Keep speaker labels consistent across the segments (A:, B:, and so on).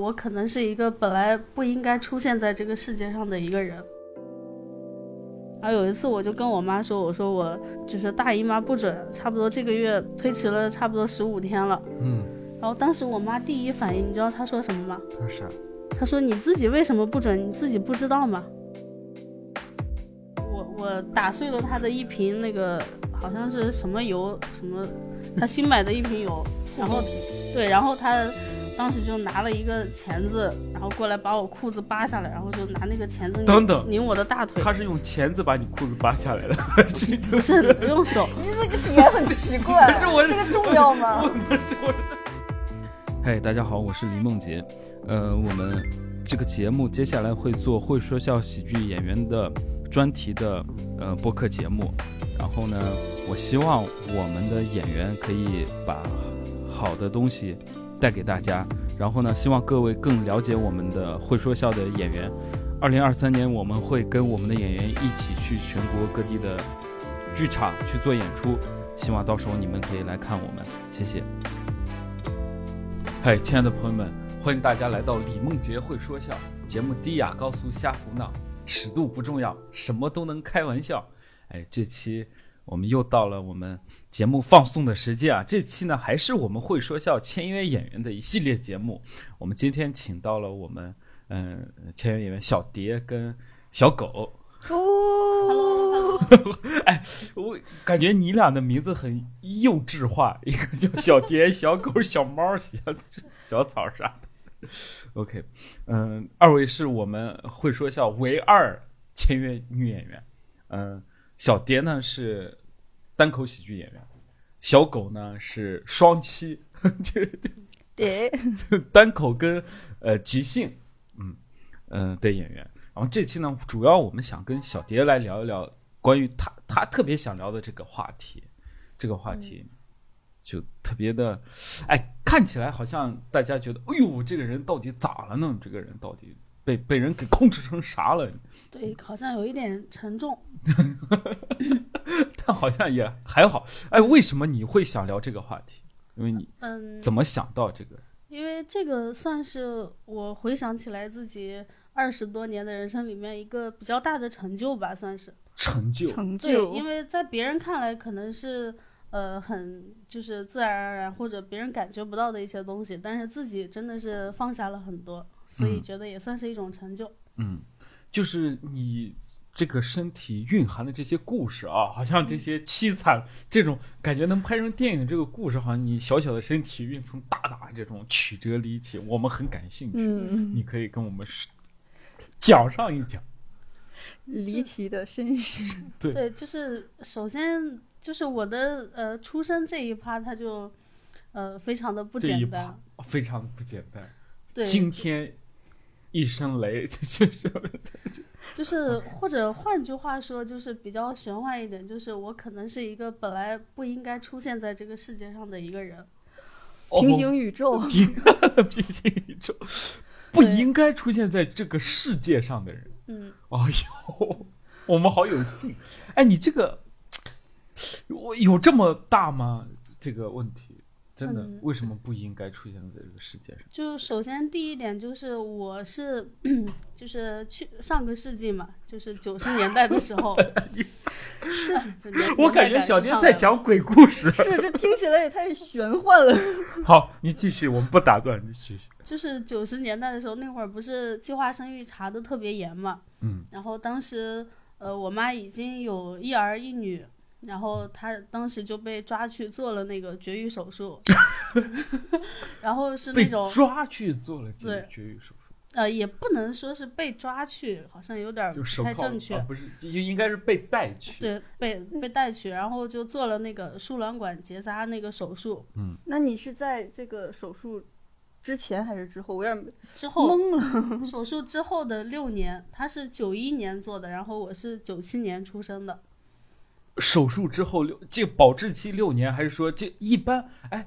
A: 我可能是一个本来不应该出现在这个世界上的一个人。然后有一次，我就跟我妈说：“我说我就是大姨妈不准，差不多这个月推迟了差不多十五天了。
B: 嗯，”
A: 然后当时我妈第一反应，你知道她说什么吗？
B: 他啥？
A: 她说：“你自己为什么不准？你自己不知道吗？”我我打碎了她的一瓶那个好像是什么油什么，她新买的一瓶油，然后对，然后她当时就拿了一个钳子，然后过来把我裤子扒下来，然后就拿那个钳子拧
C: 等等
A: 拧我的大腿，
C: 他是用钳子把你裤子扒下来的，这个
A: 不 是不用手。
D: 你这个点很奇怪，
C: 是我是
D: 这个重要吗？
E: 嗨，大家好，我是黎梦洁。呃，我们这个节目接下来会做会说笑喜剧演员的专题的呃播客节目。然后呢，我希望我们的演员可以把好的东西带给大家。然后呢，希望各位更了解我们的会说笑的演员。二零二三年，我们会跟我们的演员一起去全国各地的剧场去做演出，希望到时候你们可以来看我们，谢谢。嗨，亲爱的朋友们，欢迎大家来到李梦洁会说笑节目，低雅高俗瞎胡闹，尺度不重要，什么都能开玩笑。哎，这期我们又到了我们节目放送的时间啊！这期呢，还是我们会说笑签约演员的一系列节目。我们今天请到了我们嗯、呃签约演员小蝶跟小狗。
D: 哦，
E: 我感觉你俩的名字很幼稚化，一个叫小蝶、小狗、小猫、小小草啥的。OK，嗯，二位是我们会说笑唯二签约女演员，嗯，小蝶呢是单口喜剧演员，小狗呢是双栖， 这
D: 对，
E: 单口跟呃即兴，嗯嗯、呃的演员。然后这期呢，主要我们想跟小蝶来聊一聊关于他他特别想聊的这个话题，这个话题就特别的，哎，看起来好像大家觉得，哎呦，这个人到底咋了呢？这个人到底被被人给控制成啥了？
A: 对，好像有一点沉重。
E: 但好像也还好。哎，为什么你会想聊这个话题？因为你
A: 嗯，
E: 怎么想到这个？
A: 因为这个算是我回想起来自己二十多年的人生里面一个比较大的成就吧，算是。
E: 成就
D: 成
A: 对，
D: 就，
A: 因为在别人看来可能是呃很就是自然而然或者别人感觉不到的一些东西，但是自己真的是放下了很多，所以
E: 嗯
A: 觉得也算是一种成就。
E: 嗯，就是你这个身体蕴含的这些故事啊，好
C: 嗯
E: 像这些凄惨这种感觉能拍成电影的这个故事，好像你小小的身体蕴藏大大这种曲折离奇，我们很感兴趣。
D: 嗯，
E: 你可以跟我们是讲上一讲。
D: 离奇的身世，
E: 对
A: 对，就是首先就是我的呃出生这一趴，它就呃非常的不
E: 这一
A: 简
E: 趴
A: 单。
E: 非常不简单，
A: 对，
E: 惊天一声雷， 这就是
A: 就是或者换句话说，就是比较玄幻一点，就是我可能是一个本来不应该出现在这个世界上的一个人。
D: 平行宇宙
E: 哦，平平行宇 宙，不应该出现在这个世界上的人。
A: 嗯，
E: 哎呦， 我们好有幸！哎，你这个，我有这么大吗？这个问题真的、
A: 嗯
E: 为什么不应该出现在这个世界上？
A: 就首先第一点就是我是 就是去上个世纪嘛，就是九十年代的时 候，是就年
E: 我感
A: 年
E: 觉
A: 代
E: 小
A: 就
E: 蝶
A: 上
E: 在
A: 来了
E: 讲鬼故 事。
D: 是这听起来也太玄幻了。
E: 好，你继续，我们不打断，你继续。
A: 就是九十年代的时候，那会儿不是计划生育查的特别严嘛，
E: 嗯，
A: 然后当时呃我妈已经有一儿一女，然后她当时就被抓去做了那个绝育手 术，然后是那
E: 被
A: 种
E: 抓去做了绝
A: 对
E: 绝育手术，
A: 呃也不能说是被抓去，好像有点儿
E: 就
A: 不
E: 手
A: 太
E: 铐
A: 正确，
E: 啊，不是，就应该是被带去。，
A: 对，被被带去，然后就做了那个输卵管结扎那个手术
D: 那你是在这个手术之前还是之后？我有点
A: 之后，
D: 懵了。
A: 手术之后的六年，她是九一年做的，然后我是九七年出生的。
E: 手术之后六，这个保质期六年，还是说这一般？哎，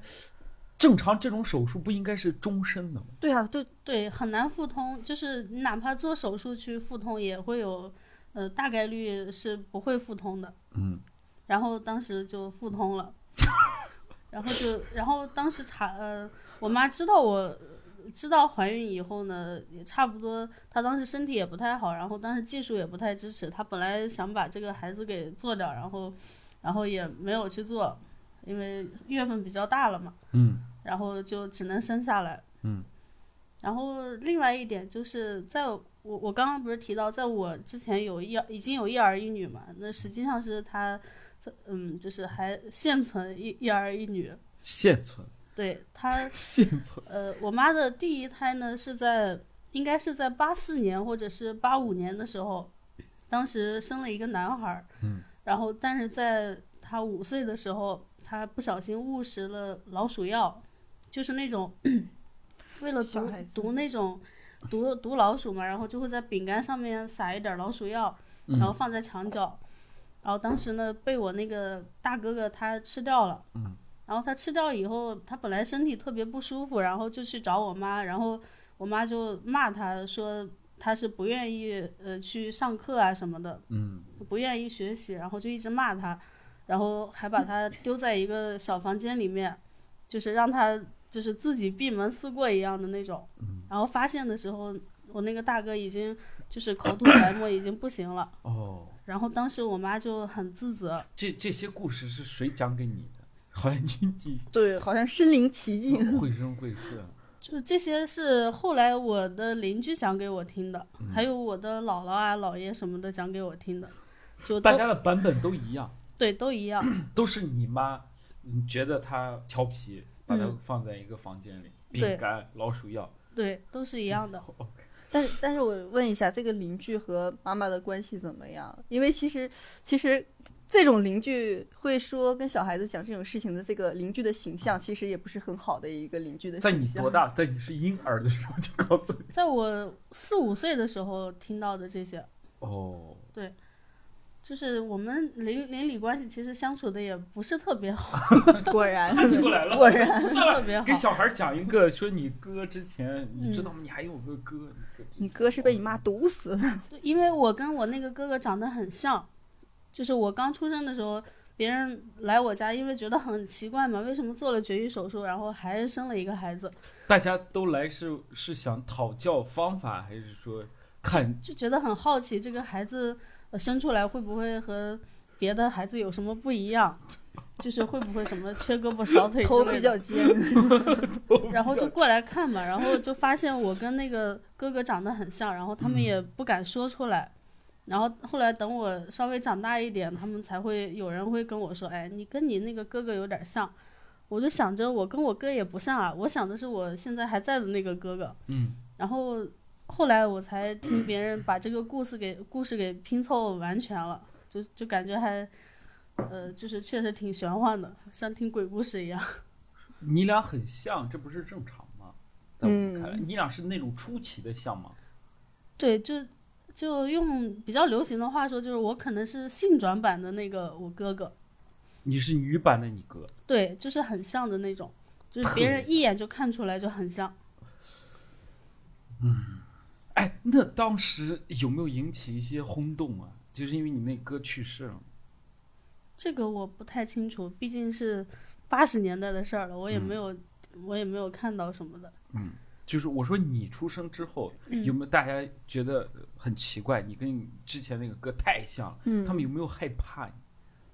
E: 正常这种手术不应该是终身的吗？
D: 对啊，对，
A: 对，很难复通，就是你哪怕做手术去复通，也会有，呃，大概率是不会复通的。
E: 嗯，
A: 然后当时就复 通了，然后就，然后当时查，呃，我妈知道我知道怀孕以后呢，也差不多，她当时身体也不太好，然后当时技术也不太支持，她本来想把这个孩子给做掉，然后，然后也没有去做，因为月份比较大了嘛，
C: 嗯，
A: 然后就只能生下来，
C: 嗯，
A: 然后另外一点就是在我我刚刚不是提到，在我之前有一已经有一儿一女嘛，那实际上是她在嗯，就是还现存一一儿一女，
C: 现存
A: 对她。
C: 现存，
A: 呃，我妈的第一胎呢是在应该是在八四年或者是八五年的时候，当时生了一个男孩儿，
C: 嗯，
A: 然后但是在她五岁的时候，她不小心误食了老鼠药，就是那种 为了
D: 小
A: 毒
D: 孩子
A: 毒那 种毒毒老鼠嘛，然后就会在饼干上面撒一点儿老鼠药，
C: 嗯
A: 然后放在墙角，然后当时呢被我那个大哥哥他吃掉了。
C: 嗯
A: 然后他吃掉以后，他本来身体特别不舒服，然后就去找我妈，然后我妈就骂他说他是不愿意呃去上课啊什么的，
C: 嗯
A: 不愿意学习，然后就一直骂他，然后还把他丢在一个小房间里面，就是让他就是自己闭门思过一样的那种。然后发现的时候，我那个大哥已经就是口吐白沫，已经不行了。
C: 哦，
A: 然后当时我妈就很自责，
C: 这这些故事是谁讲给你的？ 好像你
D: 对，好像身临其境。
C: 你绘声绘色，
A: 就这些是后来我的邻居讲给我听的，还有我的姥姥啊、姥爷什么的讲给我听的，就都
C: 大家的版本都一样，
A: 对都一样。
C: 都是你妈，你觉得她调皮，把她放在一个房间里，
A: 嗯对
C: 饼干、老鼠药，
A: 对，都是一样的。
D: 但是，但是我问一下，这个邻居和妈妈的关系怎么样？因为其实，其实这种邻居会说跟小孩子讲这种事情的这个邻居的形象，其实也不是很好的一个邻居的形
C: 在
D: 象。
C: 你多？大，在你是婴儿的时候就告 诉你。
A: 在我四五岁的时候听到的这些，
C: 哦，
A: 就是我们邻邻里关系其实相处的也不是特别好，
D: 果然，
C: 看出来了
D: 果然。
A: 不是特别 好
C: 给。小孩讲一个，说你哥之前，你知道吗？你还有个哥，
D: 嗯
C: 哦
D: 你哥是被你妈毒死的，
A: 对因为我跟我那个哥哥长得很像，就是我刚出生的时候，别人来我家，因为觉得很奇怪嘛，为什么做了绝育手术，然后还是生了一个孩子。
C: 大家都来是是想讨教方法，还是说看
A: 就觉得很好奇，这个孩子呃生出来会不会和别的孩子有什么不一样？就是会不会什么缺胳膊少腿
D: 头
A: 之
D: 比
A: 类的，
D: 较 尖。
A: 然后就过来看嘛，然后就发现我跟那个哥哥长得很像，然后他们也不敢说出来，然后后来等我稍微长大一点，他们才会有人会跟我说，哎，你跟你那个哥哥有点像，我就想着我跟我哥也不像啊，我想的是我现在还在的那个哥哥，
C: 嗯，
A: 然后后来我才听别人把这个故事给故事给拼凑完全了，就就感觉还，呃，就是确实挺玄幻的，像听鬼故事一样。
C: 你俩很像，这不是正常吗？在我看来，
D: 嗯
C: 你俩是那种出奇的像吗？
A: 对，就就用比较流行的话说，就是我可能是性转版的那个我哥哥，
C: 你是女版的你哥，
A: 对，就是很像的那种，就是别人一眼就看出来就很像。
C: 哎，那当时有没有引起一些轰动啊？就是因为你那哥去世了，
A: 这个我不太清楚，毕竟是八十年代的事儿了，我也没有、我也没有看到什么的。
C: 就是我说你出生之后，有没有大家觉得很奇怪？你跟你之前那个哥太像了，
D: 嗯
C: 他们有没有害怕你？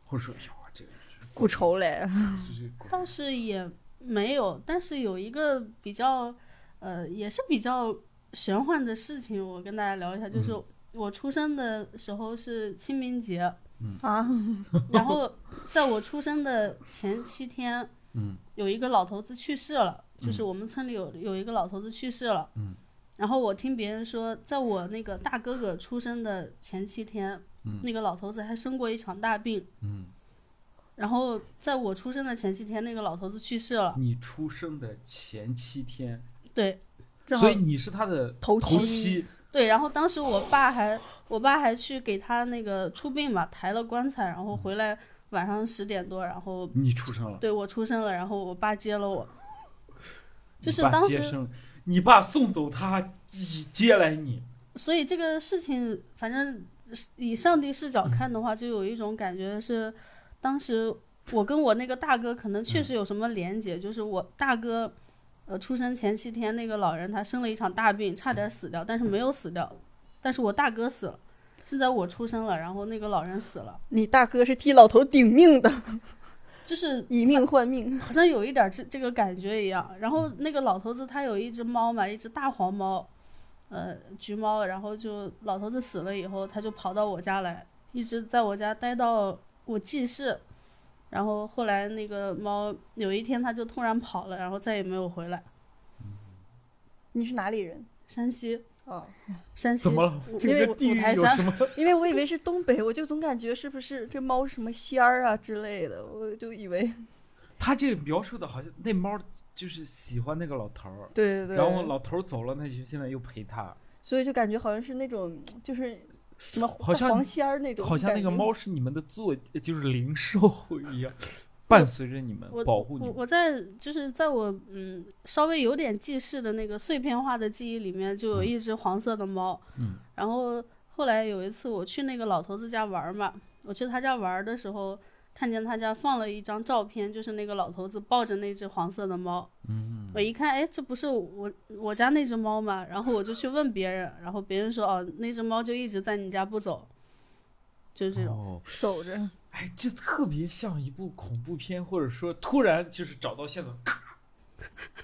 C: 或者说，哎呦，这个人
D: 复仇嘞，
C: 这是
A: 倒是也没有，但是有一个比较，呃，也是比较玄幻的事情，我跟大家聊一下，就是我出生的时候是清明节，
C: 嗯
D: 啊，
A: 然后在我出生的前七天，
C: 嗯，
A: 有一个老头子去世了，就是我们村里有有一个老头子去世了，嗯，然后我听别人说，在我那个大哥哥出生的前七天，嗯、那个老头子还生过一场大病，
C: 嗯，
A: 然后在我出生的前七天，那个老头子去世了，
C: 你出生的前七天，
A: 对。
D: 正好
C: 所以你是他的
D: 头
C: 头
D: 七
C: 七，
A: 对，然后当时我爸还，我爸还去给他那个出殡嘛，抬了棺材，然后回来晚上十点多，然后
C: 你出生了，
A: 对我出生了，然后我爸接了我，就是
C: 你爸
A: 当
C: 接
A: 时，
C: 生了，你爸送走他，接接来你，
A: 所以这个事情，反正是以上帝视角看的话，就有一种感觉是，当时我跟我那个大哥可能确实有什么连结，就是我大哥。呃，出生前七天，那个老人他生了一场大病，差点死掉，但是没有死掉，但是我大哥死了，现在我出生了，然后那个老人死了，
D: 你大哥是替老头顶命的，
A: 就是
D: 以命 换命。
A: 好像有一点儿这这个感觉一样。然后那个老头子他有一只猫嘛，一只大黄猫，呃，橘猫。然后就老头子死了以后，他就跑到我家来，一直在我家待到我记事。然后后来那个猫有一天它就突然跑了，然后再也没有回来。
D: 你是哪里人？
A: 山西，
D: 哦，
A: 山西，
C: 怎么了？
A: 我
C: 这
A: 因为
C: 个
A: 我
C: 地
A: 五
C: 域
A: 台
C: 有
A: 山
C: 什么？
D: 因为我以为是东北，我就总感觉是不是这猫是什么仙儿啊之类的，我就以为。
C: 他这描述的好像那猫就是喜欢那个老头儿，
D: 对对对。
C: 然后老头儿走了，那就现在又陪他，
D: 所以就感觉好像是那种就是什么
C: 好像
D: 黄仙儿那种感觉，
C: 好像那个猫是你们的坐，就是灵兽 一样，伴随着你们
A: 我，
C: 保护你
A: 我
C: 们。
A: 我在就是在我嗯稍微有点记事的那个碎片化的记忆里面，就有一只黄色的猫。
C: 嗯。
A: 然后后来有一次我去那个老头子家玩嘛，我去他家玩的时候，看见他家放了一张照片，就是那个老头子抱着那只黄色的猫。嗯。我一看，哎，这不是我我家那只猫嘛？然后我就去问别人，然后别人说，哦，那只猫就一直在你家不走，就是这种。
C: 哦，
D: 守着。
C: 哎，这特别像一部恐怖片，或者说突然就是找到线索，咔，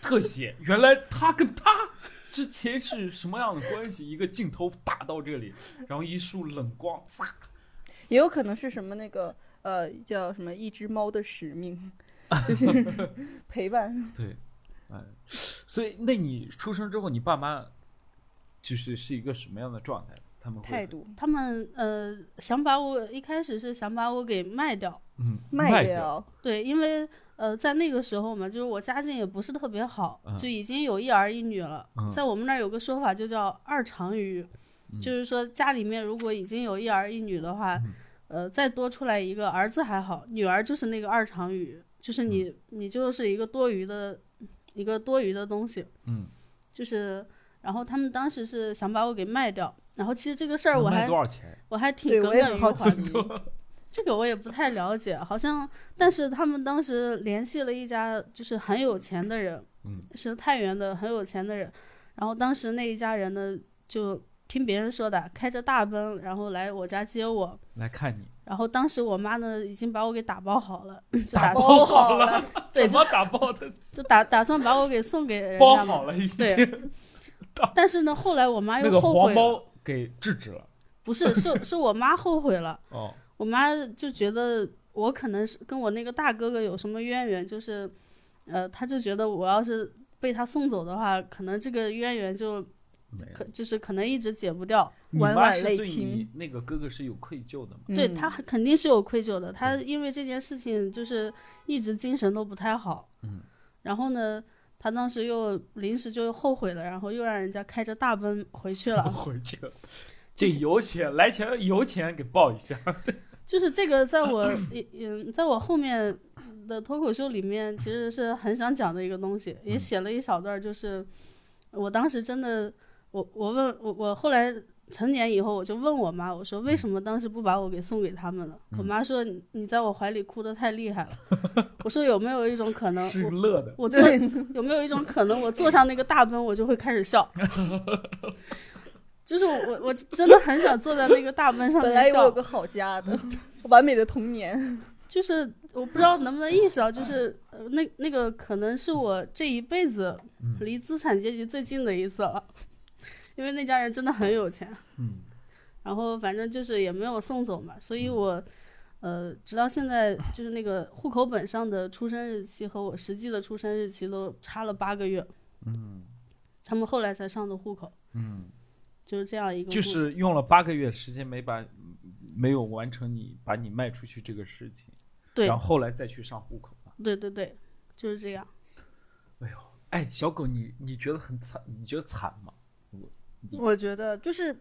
C: 特写，原来他跟他之前是什么样的关系？一个镜头打到这里，然后一束冷光，嚓
D: 也有可能是什么那个呃叫什么一只猫的使命，就是 陪伴。
C: 对，哎，所以那你出生之后，你爸妈就是是一个什么样的状态？他们会
D: 态，度
A: 他们呃想把我一开始是想把我给卖掉，
C: 嗯，
D: 卖
C: 掉，
D: 掉，
A: 对，因为呃在那个时候嘛，就是我家境也不是特别好，
C: 嗯
A: 就已经有一儿一女了。
C: 嗯
A: 在我们那儿有个说法就叫二长鱼，
C: 嗯
A: 就是说家里面如果已经有一儿一女的话，
C: 嗯
A: 呃再多出来一个儿子还好，女儿就是那个二长鱼，就是你、
C: 嗯
A: 你就是一个多余的一个多余的东西，
C: 嗯，
A: 就是然后他们当时是想把我给卖掉。然后其实这个事儿我
C: 能卖
A: 还
C: 多少钱？
A: 我还挺
D: 对
A: 耿
D: 我也
A: 耿于
D: 很好
A: 怀
D: 奇
A: 的，。 这个我也不太了解，好像，但是他们当时联系了一家就是很有钱的人，
C: 嗯
A: 是太原的很有钱的人，然后当时那一家人呢，就听别人说的，开着大奔，然后来我家接我，
C: 来看你，
A: 然后当时我妈呢已经把我给打包好了， 就
C: 打
A: 打
C: 包
D: 包
C: 好
D: 好
C: 了
D: 了，
A: 对
C: 怎么打包的？
A: 就打打算把我给送给人
C: 包
A: 家
C: 好
A: 嘛，
C: 了已
A: 对
C: 经，
A: 但是呢，后来我妈
C: 那
A: 又
C: 个
A: 哎后
C: 黄
A: 悔了，
C: 包给制止了。
A: 不是是是我妈后悔了。
C: 哦，
A: 我妈就觉得我可能是跟我那个大哥哥有什么渊源，就是，呃，她就觉得我要是被他送走的话，可能这个渊源就
C: 没了
A: 可。就是可能一直解不掉。
C: 你
D: 婉
C: 妈
D: 婉
C: 是
D: 泪
C: 对
D: 倾
C: 你那个哥哥是有愧疚的吗？
A: 对
D: 嗯
A: 他肯定是有愧疚的，他因为这件事情就是一直精神都不太好。
C: 嗯，
A: 然后呢，他当时又临时就后悔了，然后又让人家开着大奔回去了。
C: 回去 了，这油钱来钱油钱给报 一下。
A: 就是这个，在我也嗯，在我后面的脱口秀里面，其实是很想讲的一个东西，也写了一小段儿，就是我当时真的，我我问我我后来成年以后，我就问我妈，我说为什么当时不把我给送给他们了？我妈说你你在我怀里哭得太厉害了。 我说有没有一种可能，
C: 是
A: 我
C: 乐的，
A: 我坐
D: 对，
A: 有没有一种可能，我坐上那个大奔，我就会开始笑？ 就是我我真的很想坐在那个大奔上面
D: 本
A: 笑。
D: 来我有个好家 的，完美的童年。
A: 就是我不知道能不能意识到，就是呃那那个可能是我这一辈子
C: 嗯
A: 离资产阶级最近的一次了，因为那家人真的很有钱，
C: 嗯，
A: 然后反正就是也没有送走嘛，所以我呃直到现在就是那个户口本上的出生日期和我实际的出生日期都差了八个月，
C: 嗯
A: 他们后来才上的户口，
C: 嗯，
A: 就是这样一个故
C: 就
A: 事
C: 是用了八个月时间没把没有完成你把你卖出去这个事情，
A: 对
C: 然后后来再去上户口嘛。
A: 对对对，就是这样。
C: 哎，小狗，你你觉得很惨？你觉得惨吗？
D: 我觉得就是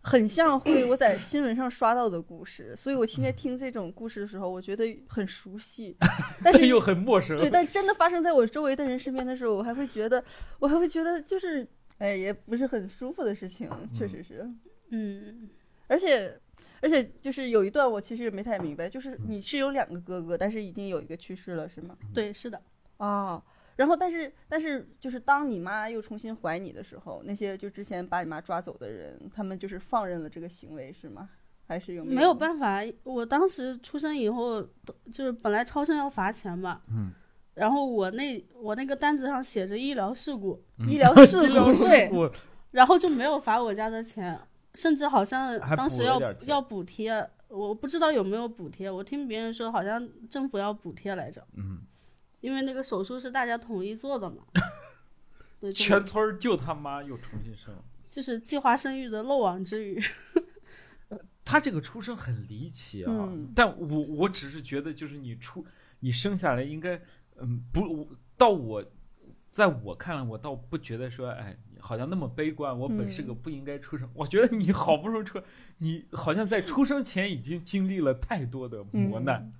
D: 很像会我在新闻上刷到的故事，所以我现在听这种故事的时候，我觉得很熟悉，但是
C: 又很陌生。
D: 对，但真的发生在我周围的人身边的时候，我还会觉得，我还会觉得就是，哎，也不是很舒服的事情，确实是。
A: 嗯，
D: 而且，而且就是有一段我其实没太明白，就是你是有两个哥哥，但是已经有一个去世了，是吗？
A: 对，是的，
D: 啊，然后，但是，但是，就是当你妈又重新怀你的时候，那些就之前把你妈抓走的人，他们就是放任了这个行为，是吗？还是有
A: 没
D: 有
A: 有办法，我当时出生以后，就是本来超生要罚钱嘛，
E: 嗯，
A: 然后我那我那个单子上写着医疗事故，
C: 嗯
D: 医疗事
C: 医疗
D: 故？
C: 事
D: 对，
C: 故
A: 然后就没有罚我家的钱，甚至好像
C: 还
A: 当时
C: 补了
A: 要
C: 点钱
A: 要补贴，我不知道有没有补贴，我听别人说好像政府要补贴来着，
E: 嗯，
A: 因为那个手术是大家统一做的 嘛，对，就
C: 全村儿就他妈又重新生了。
A: 就是计划生育的漏网之鱼，
C: 他这个出生很离奇啊，
D: 嗯
C: 但我我只是觉得，就是你出你生下来应该，嗯，不，我到我在我看来，我倒不觉得说，哎，好像那么悲观，我本是
A: 嗯
C: 个不应该出生。我觉得你好不容易出，你好像在出生前已经经历了太多的磨难，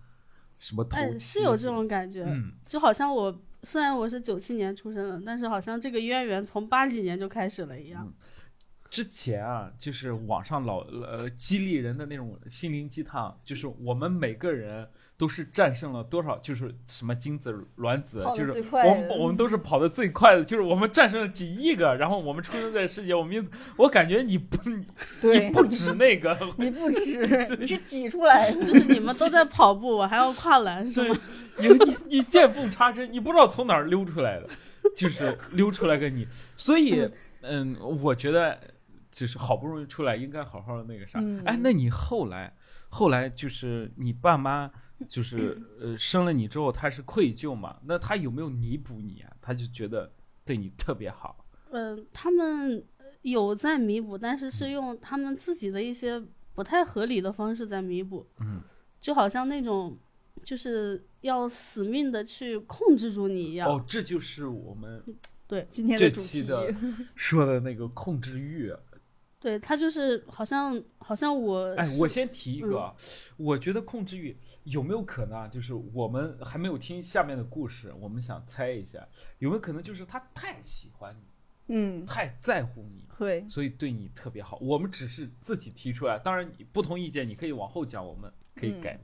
C: 什么头
A: 嗯哎，
C: 七
A: 是有这，种感觉，
C: 嗯，
A: 就好像我虽然我是九七年出生的，但是好像这个渊源从八几年就开始了一样。
C: 嗯之前啊，就是网上老呃激励人的那种心灵鸡汤，就是我们每个人都是战胜了多少，就是什么精子、卵子，
D: 跑
C: 就
D: 得
C: 是
D: 最
C: 我
D: 快
C: 们
D: 的，
C: 我们都是跑得最快的，就是我们战胜了几亿个，然后我们出生在世界，我们因我感觉你不你
D: 对，
C: 不止那个，
D: 你不 止，你是挤出来的。
A: 就是你们都在跑步，我还要跨栏，是
C: 哎对
A: 吗？
C: 你你你见缝插针，你不知道从哪儿溜出来的，就是溜出来个你，所以嗯，我觉得就是好不容易出来，应该好好的那个啥。
D: 嗯
C: 哎，那你后来后来就是你爸妈。就是呃，生了你之后他是愧疚嘛？那他有没有弥补你啊？他就觉得对你特别好，
A: 嗯、他们有在弥补，但是
C: 嗯
A: 是用他们自己的一些不太合理的方式在弥补。
E: 嗯，
A: 就好像那种就是要死命的去控制住你一样。
C: 哦，这就是我们
D: 今天
C: 这
D: 的主
C: 期
D: 题，呃
C: 的 说的那个控制欲，
A: 对他就是好像好像我
C: 哎
A: 是，
C: 我先提一
D: 嗯
C: 个啊，我觉得控制欲有没有可能啊？就是我们还没有听下面的故事，我们想猜一下，有没有可能就是他太喜欢你，
D: 嗯，
C: 太在乎你，
D: 会，
C: 所以对你特别好。我们只是自己提出来，当然你不同意见你可以往后讲，我们可以
D: 嗯
C: 改。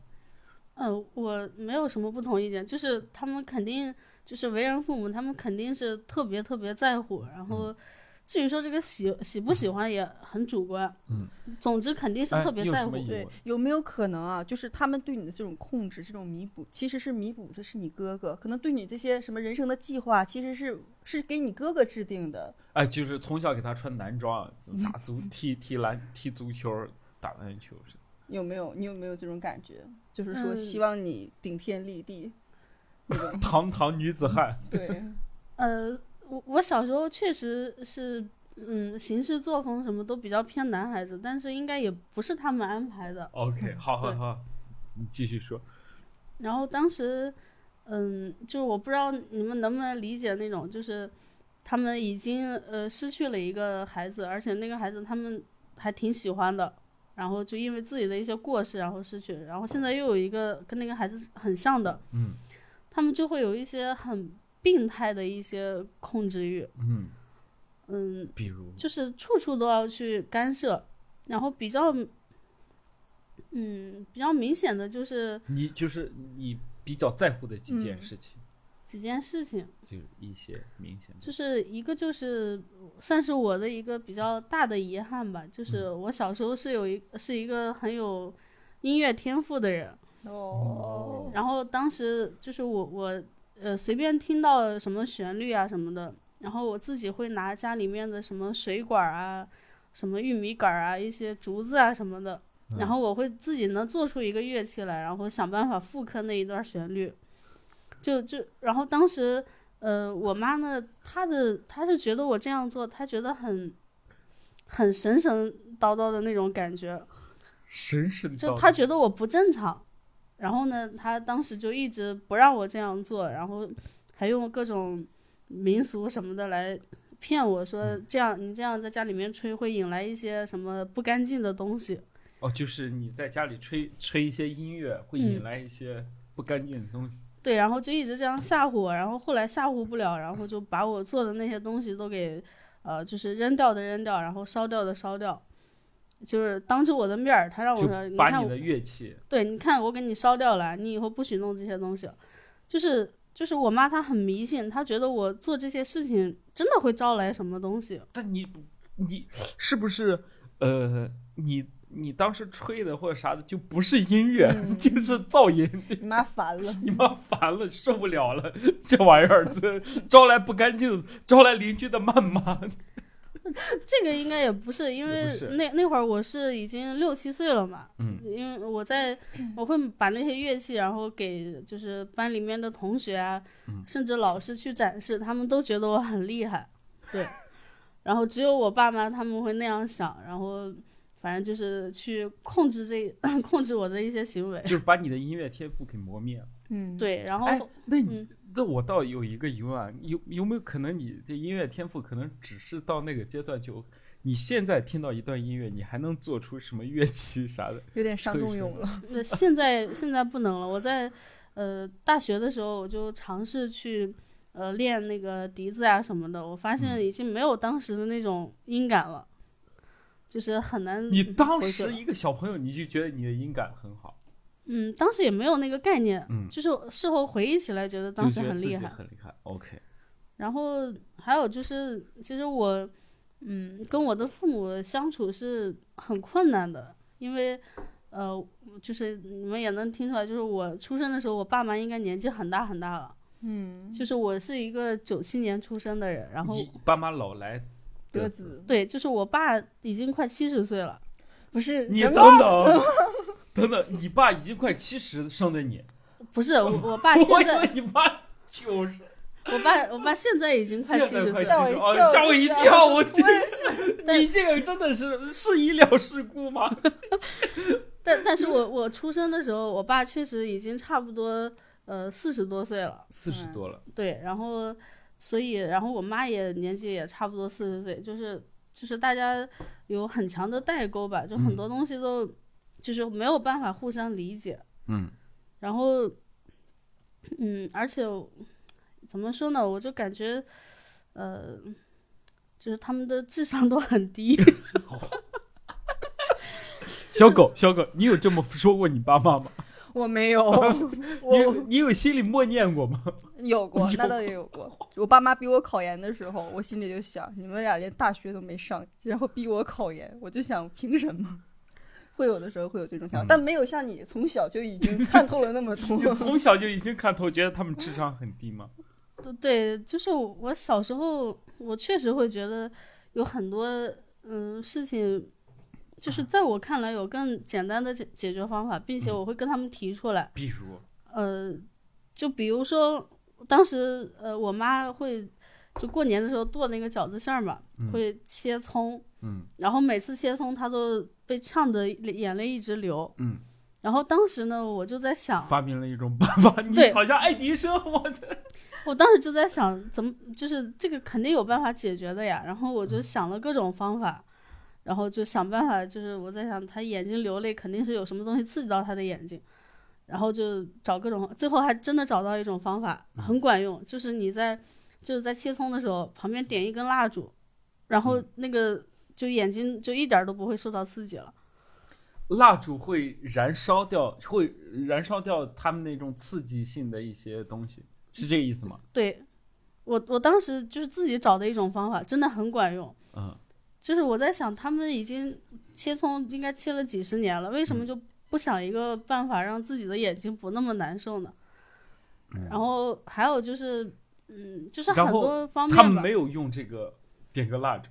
A: 嗯，我没有什么不同意见，就是他们肯定就是为人父母，他们肯定是特别特别在乎。然
C: 嗯
A: 后，至于说这个喜喜不喜欢也很主观，
C: 嗯，
A: 总之肯定是
C: 哎
A: 特别
C: 你有
A: 在
C: 什么
A: 乎。
C: 疑
D: 对
C: 问，
D: 有没有可能啊？就是他们对你的这种控制、这种弥补，其实是弥补的是你哥哥，可能对你这些什么人生的计划，其实是是给你哥哥制定的。
C: 哎，就是从小给他穿男装，啊打 足踢踢篮踢足球，打篮球是。
D: 有没有？你有没有这种感觉？就是说，
A: 嗯
D: 希望你顶天立地，那种
C: 堂堂女子汉，
D: 对，
A: 呃，我我小时候确实是，嗯，行事作风什么都比较偏男孩子，但是应该也不是他们安排的。
C: OK，好好
A: 对
C: 好，你继续说。
A: 然后当时，嗯，就是我不知道你们能不能理解那种，就是他们已经呃失去了一个孩子，而且那个孩子他们还挺喜欢的，然后就因为自己的一些过失，然后失去，然后现在又有一个跟那个孩子很像的，
C: 嗯，
A: 他们就会有一些很病态的一些控制欲，
C: 嗯，
A: 嗯，
C: 比如，
A: 就是处处都要去干涉，然后比较，嗯，比较明显的就是
C: 你就是你比较在乎的几件
D: 嗯
C: 事情，
A: 几件事情。
C: 就一些明显的。
A: 就是一个就是算是我的一个比较大的遗憾吧，就是我小时候是有一是一个很有音乐天赋的人，
D: 哦，
A: 然后当时就是我我呃随便听到什么旋律啊什么的，然后我自己会拿家里面的什么水管啊、什么玉米杆啊、一些竹子啊什么的，然后我会自己能做出一个乐器来，然后想办法复刻那一段旋律。就就，然后当时，呃，我妈呢，她的她是觉得我这样做，她觉得很，很神神叨叨的那种感觉，
C: 神圣
A: 就
C: 道
A: 她觉得我不正常。然后呢，她当时就一直不让我这样做，然后还用各种民俗什么的来骗我说，
C: 嗯
A: 这样你这样在家里面吹会引来一些什么不干净的东西。
C: 哦，就是你在家里吹吹一些音乐，会
A: 嗯
C: 引来一些不干净的东西。
A: 对，然后就一直这样吓唬我，然后后来吓唬不了，然后就把我做的那些东西都给，呃，就是扔掉的扔掉，然后烧掉的烧掉，就是当着我的面儿，他让我
C: 就
A: 说，你
C: 把
A: 看
C: 你
A: 我
C: 的乐器，
A: 对，你看我给你烧掉了，你以后不许弄这些东西了。就是就是我妈她很迷信，她觉得我做这些事情真的会招来什么东西。
C: 但你不你是不是呃，你你当时吹的或者啥的就不是音乐，
D: 嗯
C: 就是噪音，就
D: 你妈烦了，
C: 你妈烦了，受不了了， 这玩意儿这招来不干净，招来邻居的谩骂。
A: 这个应该也不是，因
C: 也不
A: 为
C: 是
A: 那那会儿我是已经六七岁了嘛，
E: 嗯，
A: 因为我在我会把那些乐器，然后给就是班里面的同学啊，
E: 嗯
A: 甚至老师去展示，他们都觉得我很厉害，对。然后只有我爸妈他们会那样想，然后反正就是去控制这 控制我的一些行为，
C: 就是把你的音乐天赋给磨灭了。
D: 嗯，，
A: 对。然后、
C: 哎，那你
A: 嗯
C: 那我倒有一个疑问啊，有有没有可能你的音乐天赋可能只是到那个阶段就，你现在听到一段音乐，你还能做出什么乐器啥的？
D: 有点伤仲永了。
A: 那呃现在现在不能了。我在呃大学的时候，我就尝试去呃练那个笛子啊什么的，我发
C: 嗯
A: 现已经没有当时的那种音感了，就是很难。
C: 你当
A: 回去
C: 时
A: 了
C: 一个小朋友，你就觉得你的音感很好，
A: 嗯，当时也没有那个概念，
C: 嗯
A: 就是事后回忆起来觉得当时
C: 就觉得
A: 很
C: 自己
A: 厉害。
C: 很厉害。OK，
A: 然后还有就是，其实我，嗯，跟我的父母相处是很困难的，因为，呃，就是你们也能听出来，就是我出生的时候，我爸妈应该年纪很大很大了。
D: 嗯，
A: 就是我是一个九七年出生的人，然后
C: 你爸妈老来
D: 德子
A: 对，就是我爸已经快七十岁了，
D: 不是
C: 你
D: 人
C: 等
D: 工
C: 等等等，你爸已经快七十生的你，
A: 不是我，我爸
C: 哦我
A: 啊现
C: 以
A: 在，
C: 为你爸九十，
A: 我爸，我爸现在已经快
C: 现
A: 七
C: 在
A: 十
C: 快
A: 岁
C: 七
A: 了，
C: 十，
D: 吓我一
C: 哦吓我一
D: 跳吓我
C: 跳，我这
A: 但
C: 你这个真的是是医疗事故吗？
A: 但但是我我出生的时候，我爸确实已经差不多呃四十多岁了，
C: 四十
D: 嗯
C: 多了，
A: 对，然后所以然后我妈也年纪也差不多四十岁，就是就是大家有很强的代沟吧，就很多东西都、就是没有办法互相理解，
E: 嗯，
A: 然后嗯，而且怎么说呢，我就感觉呃。就是他们的智商都很低，
C: 小狗， 小狗，你有这么说过你爸妈吗？
D: 我没有，
C: 你有
D: 我
C: 你有心里默念过吗？
D: 有过，那倒也有过。我爸妈逼我考研的时候，我心里就想，你们俩连大学都没上，然后逼我考研，我就想凭什么？ 会有的时候会有这种想法，
E: 嗯
D: 但没有像你从小就已经看透了那么多
C: 你。从小就已经看透，觉得他们智商很低吗？
A: 对对，就是我小时候，我确实会觉得有很多嗯事情，就是在我看来有更简单的解解决方法，并且我会跟他们提出来。
C: 比如，
A: 呃，就比如说当时呃，我妈会就过年的时候剁那个饺子馅儿嘛，
E: 嗯
A: 会切葱，
E: 嗯，
A: 然后每次切葱她都被呛得眼泪一直流。
E: 嗯，
A: 然后当时呢，我就在想，
C: 发明了一种办法，你
A: 对
C: 好像爱迪生，我的
A: 我当时就在想，怎么就是这个肯定有办法解决的呀。然后我就想了各种方法，然后就想办法，就是我在想他眼睛流泪，肯定是有什么东西刺激到他的眼睛，然后就找各种，最后还真的找到一种方法，很管用，就是你在就是在切葱的时候，旁边点一根蜡烛，然后那个就眼睛就一点儿都不会受到刺激了。
C: 蜡烛会燃烧掉，会燃烧掉他们那种刺激性的一些东西，是这个意思吗？
A: 对我，我当时就是自己找的一种方法，真的很管用。
C: 嗯，
A: 就是我在想，他们已经切葱应该切了几十年了，为
C: 嗯
A: 什么就不想一个办法让自己的眼睛不那么难受呢？然后还有就是，嗯，就是
C: 嗯然
A: 很
C: 后
A: 多方
C: 他
A: 面
C: 们
A: 吧
C: 没。有用这个点个蜡烛，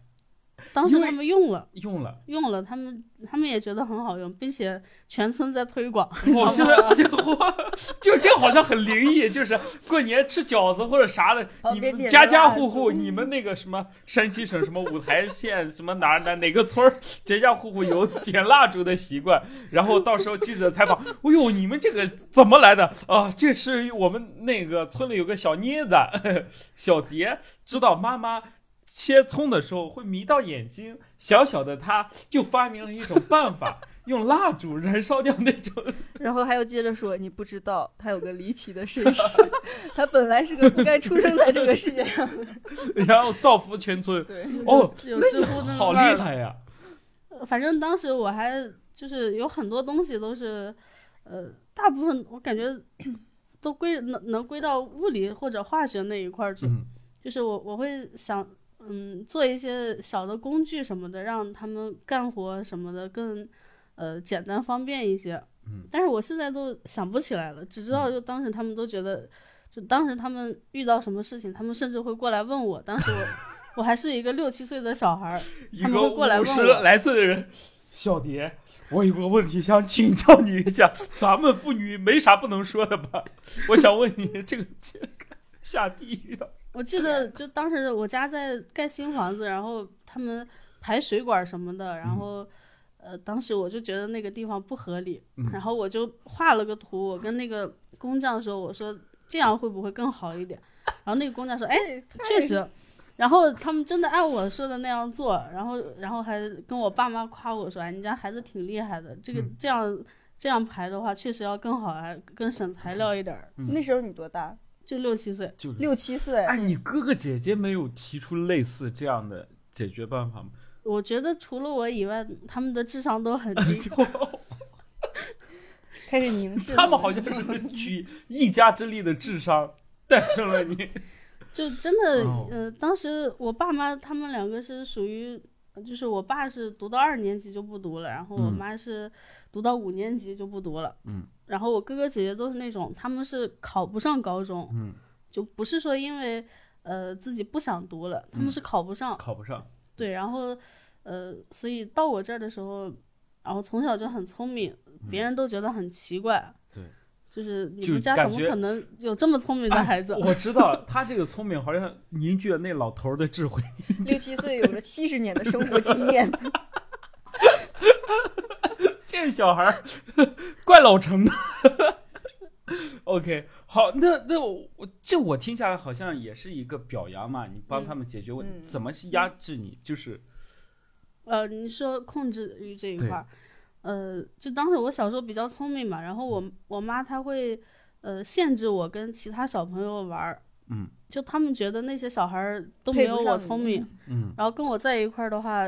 A: 当时
C: 因为
A: 他们用了，
C: 用了。
A: 用了，他们他们也觉得很好用，并且全村在推广。
C: 我哦现在我 就这好像很灵异，就是过年吃饺子或者啥的，
D: 旁
C: 你
D: 边
C: 们
D: 点
C: 家
D: 个
C: 家
D: 蜡
C: 户户，你们那个什么山西省什么五台县什么哪儿哪哪个村儿，家家户户有点蜡烛的习惯。然后到时候记者采访，哎呦，你们这个怎么来的啊？这是我们那个村里有个小妮子， 小蝶，知道妈妈。切葱的时候会迷到眼睛，小小的她就发明了一种办法，用蜡烛燃烧掉那种
D: 然后还有接着说，你不知道他有个离奇的身 世，他本来是个不该出生在这个世界上的。
C: 然后造福全村。
D: 对，哎
C: 哦，
A: 有知乎那个
C: 好
A: 味儿
C: 厉
A: 了
C: 害呀！
A: 反正当时我还就是有很多东西都是，呃，大部分我感觉都归能能归到物理或者化学那一块儿去。
C: 嗯
A: 就是我我会想，嗯，做一些小的工具什么的，让他们干活什么的更呃简单方便一些。
C: 嗯
A: 但是我现在都想不起来了，只知道就当时他们都觉得，就当时他们遇到什么事情，他们甚至会过来问我。当 时我我还是一个六七岁的小孩儿，
C: 一
A: 他们会
C: 个
A: 过来
C: 五
A: 问
C: 十
A: 我
C: 来岁的人，小蝶，我有个问题想请教你一下，咱们妇女没啥不能说 的吧？我想问你，这个情感下地狱的，
A: 我记得就当时我家在盖新房子，然后他们排水管什么的，
C: 嗯
A: 然后、呃，当时我就觉得那个地方不合理，
C: 嗯
A: 然后我就画了个图，我跟那个工匠说，我说这样会不会更好一点？然后那个工匠说，哎，
D: 哎，
A: 确实。然后他们真的按我说的那样做，然后然后还跟我爸妈夸我说：“哎，你家孩子挺厉害的，这个
C: 嗯
A: 这样、这样排的话，确实要更好，还更省材料一点儿。
D: 那时候你多大？
A: 就六七岁，
C: 就
D: 六七岁。
C: 哎，你哥哥姐姐没有提出类似这样的 解决办法吗？
A: 我觉得除了我以外，他们的智商都很低。
D: 开始凝 视了
C: 他们好像是举一家之力的智商诞生了你。
A: 就真的
C: 哦，
A: 呃，当时我爸妈他们两个是属于，就是我爸是读到二年级就不读了，然后我
C: 嗯
A: 妈是读到五年级就不读了。
C: 嗯。
A: 然后我哥哥姐姐都是那种，他们是考不上高中，
C: 嗯，
A: 就不是说因为呃自己不想读了，
C: 嗯
A: 他们是考不上。
C: 考不上，
A: 对，然后呃，所以到我这儿的时候，然后从小就很聪明，别人都觉得很奇怪。
C: 嗯对。
A: 就是你
C: 就
A: 们家
C: 感
A: 怎么
C: 觉哎
A: 可能有这么聪明的孩子？
C: 我知道他这个聪明好像凝聚了那老头儿的智慧。
D: 六七岁有了七十年的生活经 验，
C: 这小孩儿 怪老成的。OK，好，那那我我这我听下来好像也是一个表扬嘛，你帮
A: 嗯
C: 他们解决问题，
D: 嗯
C: 怎么去压制你？就是
A: 呃，你说控制欲这一
C: 对
A: 块儿，呃，就当时我小时候比较聪明嘛，然后
C: 嗯
A: 我我妈她会呃限制我跟其他小朋友玩儿，
C: 嗯，
A: 就他们觉得那些小孩儿都没
D: 配
A: 有
D: 不
A: 我
D: 上你
A: 聪明，
C: 嗯
A: 然后跟我在一块儿的话，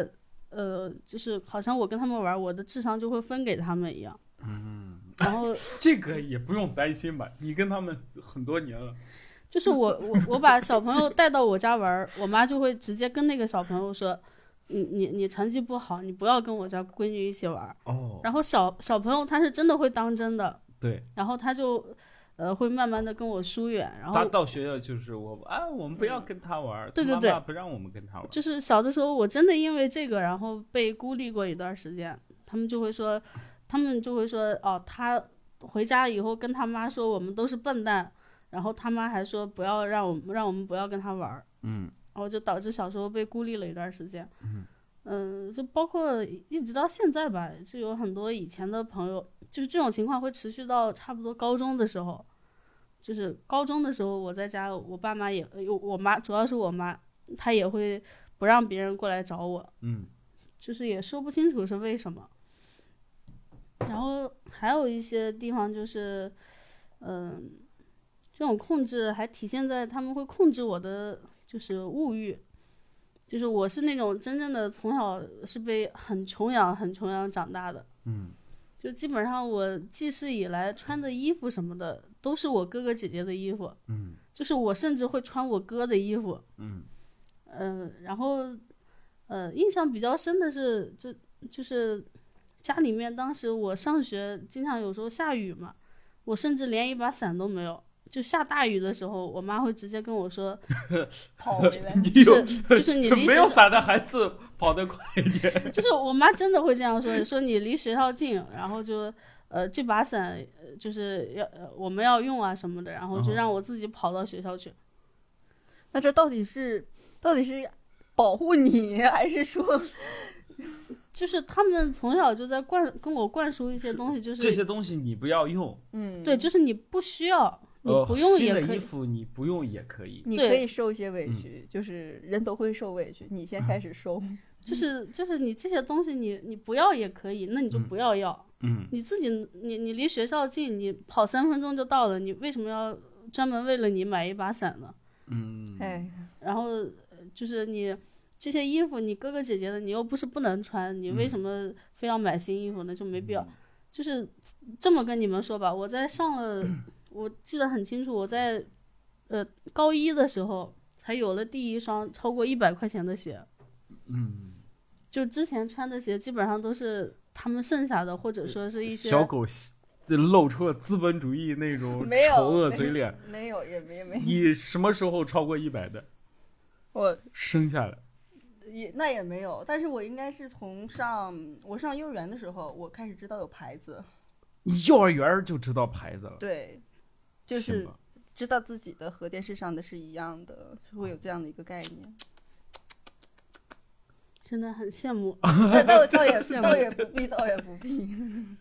A: 呃，就是好像我跟他们玩儿，我的智商就会分给他们一样，嗯，然后
C: 这个也不用担心吧，你跟他们很多年了，
A: 就是我我我把小朋友带到我家玩儿，我妈就会直接跟那个小朋友说，你你你成绩不好，你不要跟我家闺女一起玩儿。
C: 哦，
A: 然后小小朋友他是真的会当真的，
C: 对，
A: 然后他就呃会慢慢的跟我疏远，然
C: 他
A: 后嗯
C: 到学校就是我啊，我们不要跟他玩儿，
A: 对对
C: 他
A: 对
C: 妈妈不让我们跟他玩儿，
A: 就是小的时候我真的因为这个然后被孤立过一段时间，他们就会说，他们就会说哦他回家以后跟他妈说我们都是笨蛋，然后他妈还说不要让我们让我们不要跟他玩儿，
C: 嗯，
A: 然后就导致小时候被孤立了一段时间。嗯，就包括一直到现在吧，就有很多以前的朋友，就是这种情况会持续到差不多高中的时候。就是高中的时候，我在家，我爸妈也，呃我我妈主要是我妈，她也会不让别人过来找我，
C: 嗯
A: 就是也说不清楚是为什么。然后还有一些地方就是，嗯、这种控制还体现在他们会控制我的就是物欲，就是我是那种真正的从小是被很穷养、很穷养长大的，
C: 嗯，
A: 就基本上我记事以来穿的衣服什么的都是我哥哥姐姐的衣服，
C: 嗯
A: 就是我甚至会穿我哥的衣服，
C: 嗯
A: 嗯、然后，呃，印象比较深的是，就就是家里面当时我上学，经常有时候下雨嘛，我甚至连一把伞都没有。就下大雨的时候，我妈会直接跟我 说，
D: 跑回来。
C: 你
A: 就
C: 有
A: 是就是你离
C: 没
A: 学
C: 有
A: 校，
C: 伞的孩子跑得快一点，
A: 就是我妈真的会这样说，说你离学校近，然后就呃这把伞呃就是要呃我们要用啊什么的，然后就
C: 嗯
A: 让我自己跑到学校去。
D: 那这到底是到底是保护你，还是说
A: 就是他们从小就在灌跟我灌输一些东西，就是
C: 这些东西你不要用。
D: 嗯，
A: 对，就是你不需要，你
C: 呃
A: 不用
C: 新
A: 也
C: 的
A: 可
C: 衣
A: 以。
C: 服你不用也可以。
D: 你
A: 对
D: 可以受一些委屈，就是人都会受委屈，你先开始受。
A: 就是就是你这些东西你你不要也可以，那你就不要要，
C: 嗯，
A: 你自己你你离学校近，你跑三分钟就到了，你为什么要专门为了你买一把伞呢？
C: 嗯，
D: 哎，
A: 然后呃就是你这些衣服，你哥哥姐姐的，你又不是不能穿，你
C: 嗯
A: 为什么
C: 嗯
A: 非要买新衣服呢？就没必要。就是这么跟你们说吧，我在上了我记得很清楚，我在呃高一的时候才有了第一双超过一百块钱的鞋，
C: 嗯，
A: 就之前穿的鞋基本上都是他们剩下的，或者说是一些
C: 小狗这露出了资本主义 那种
D: 没有
C: 丑恶嘴脸。
D: 没有，也没 没，
C: 你什么时候超过一百的？
D: 我
C: 生下来，
D: 也那也没有，但是我应该是从上我上幼儿园的时候，我开始知道有牌子，
C: 你幼儿园儿就知道牌子了，
D: 对，就
C: 信
D: 是
C: 吗
D: 知道自己的和电视上的是一样的，就会有这样的一个概 念。
A: 真的很羡慕。
D: 但倒倒也
A: 羡慕
D: 倒也不必，倒也不
C: 嗯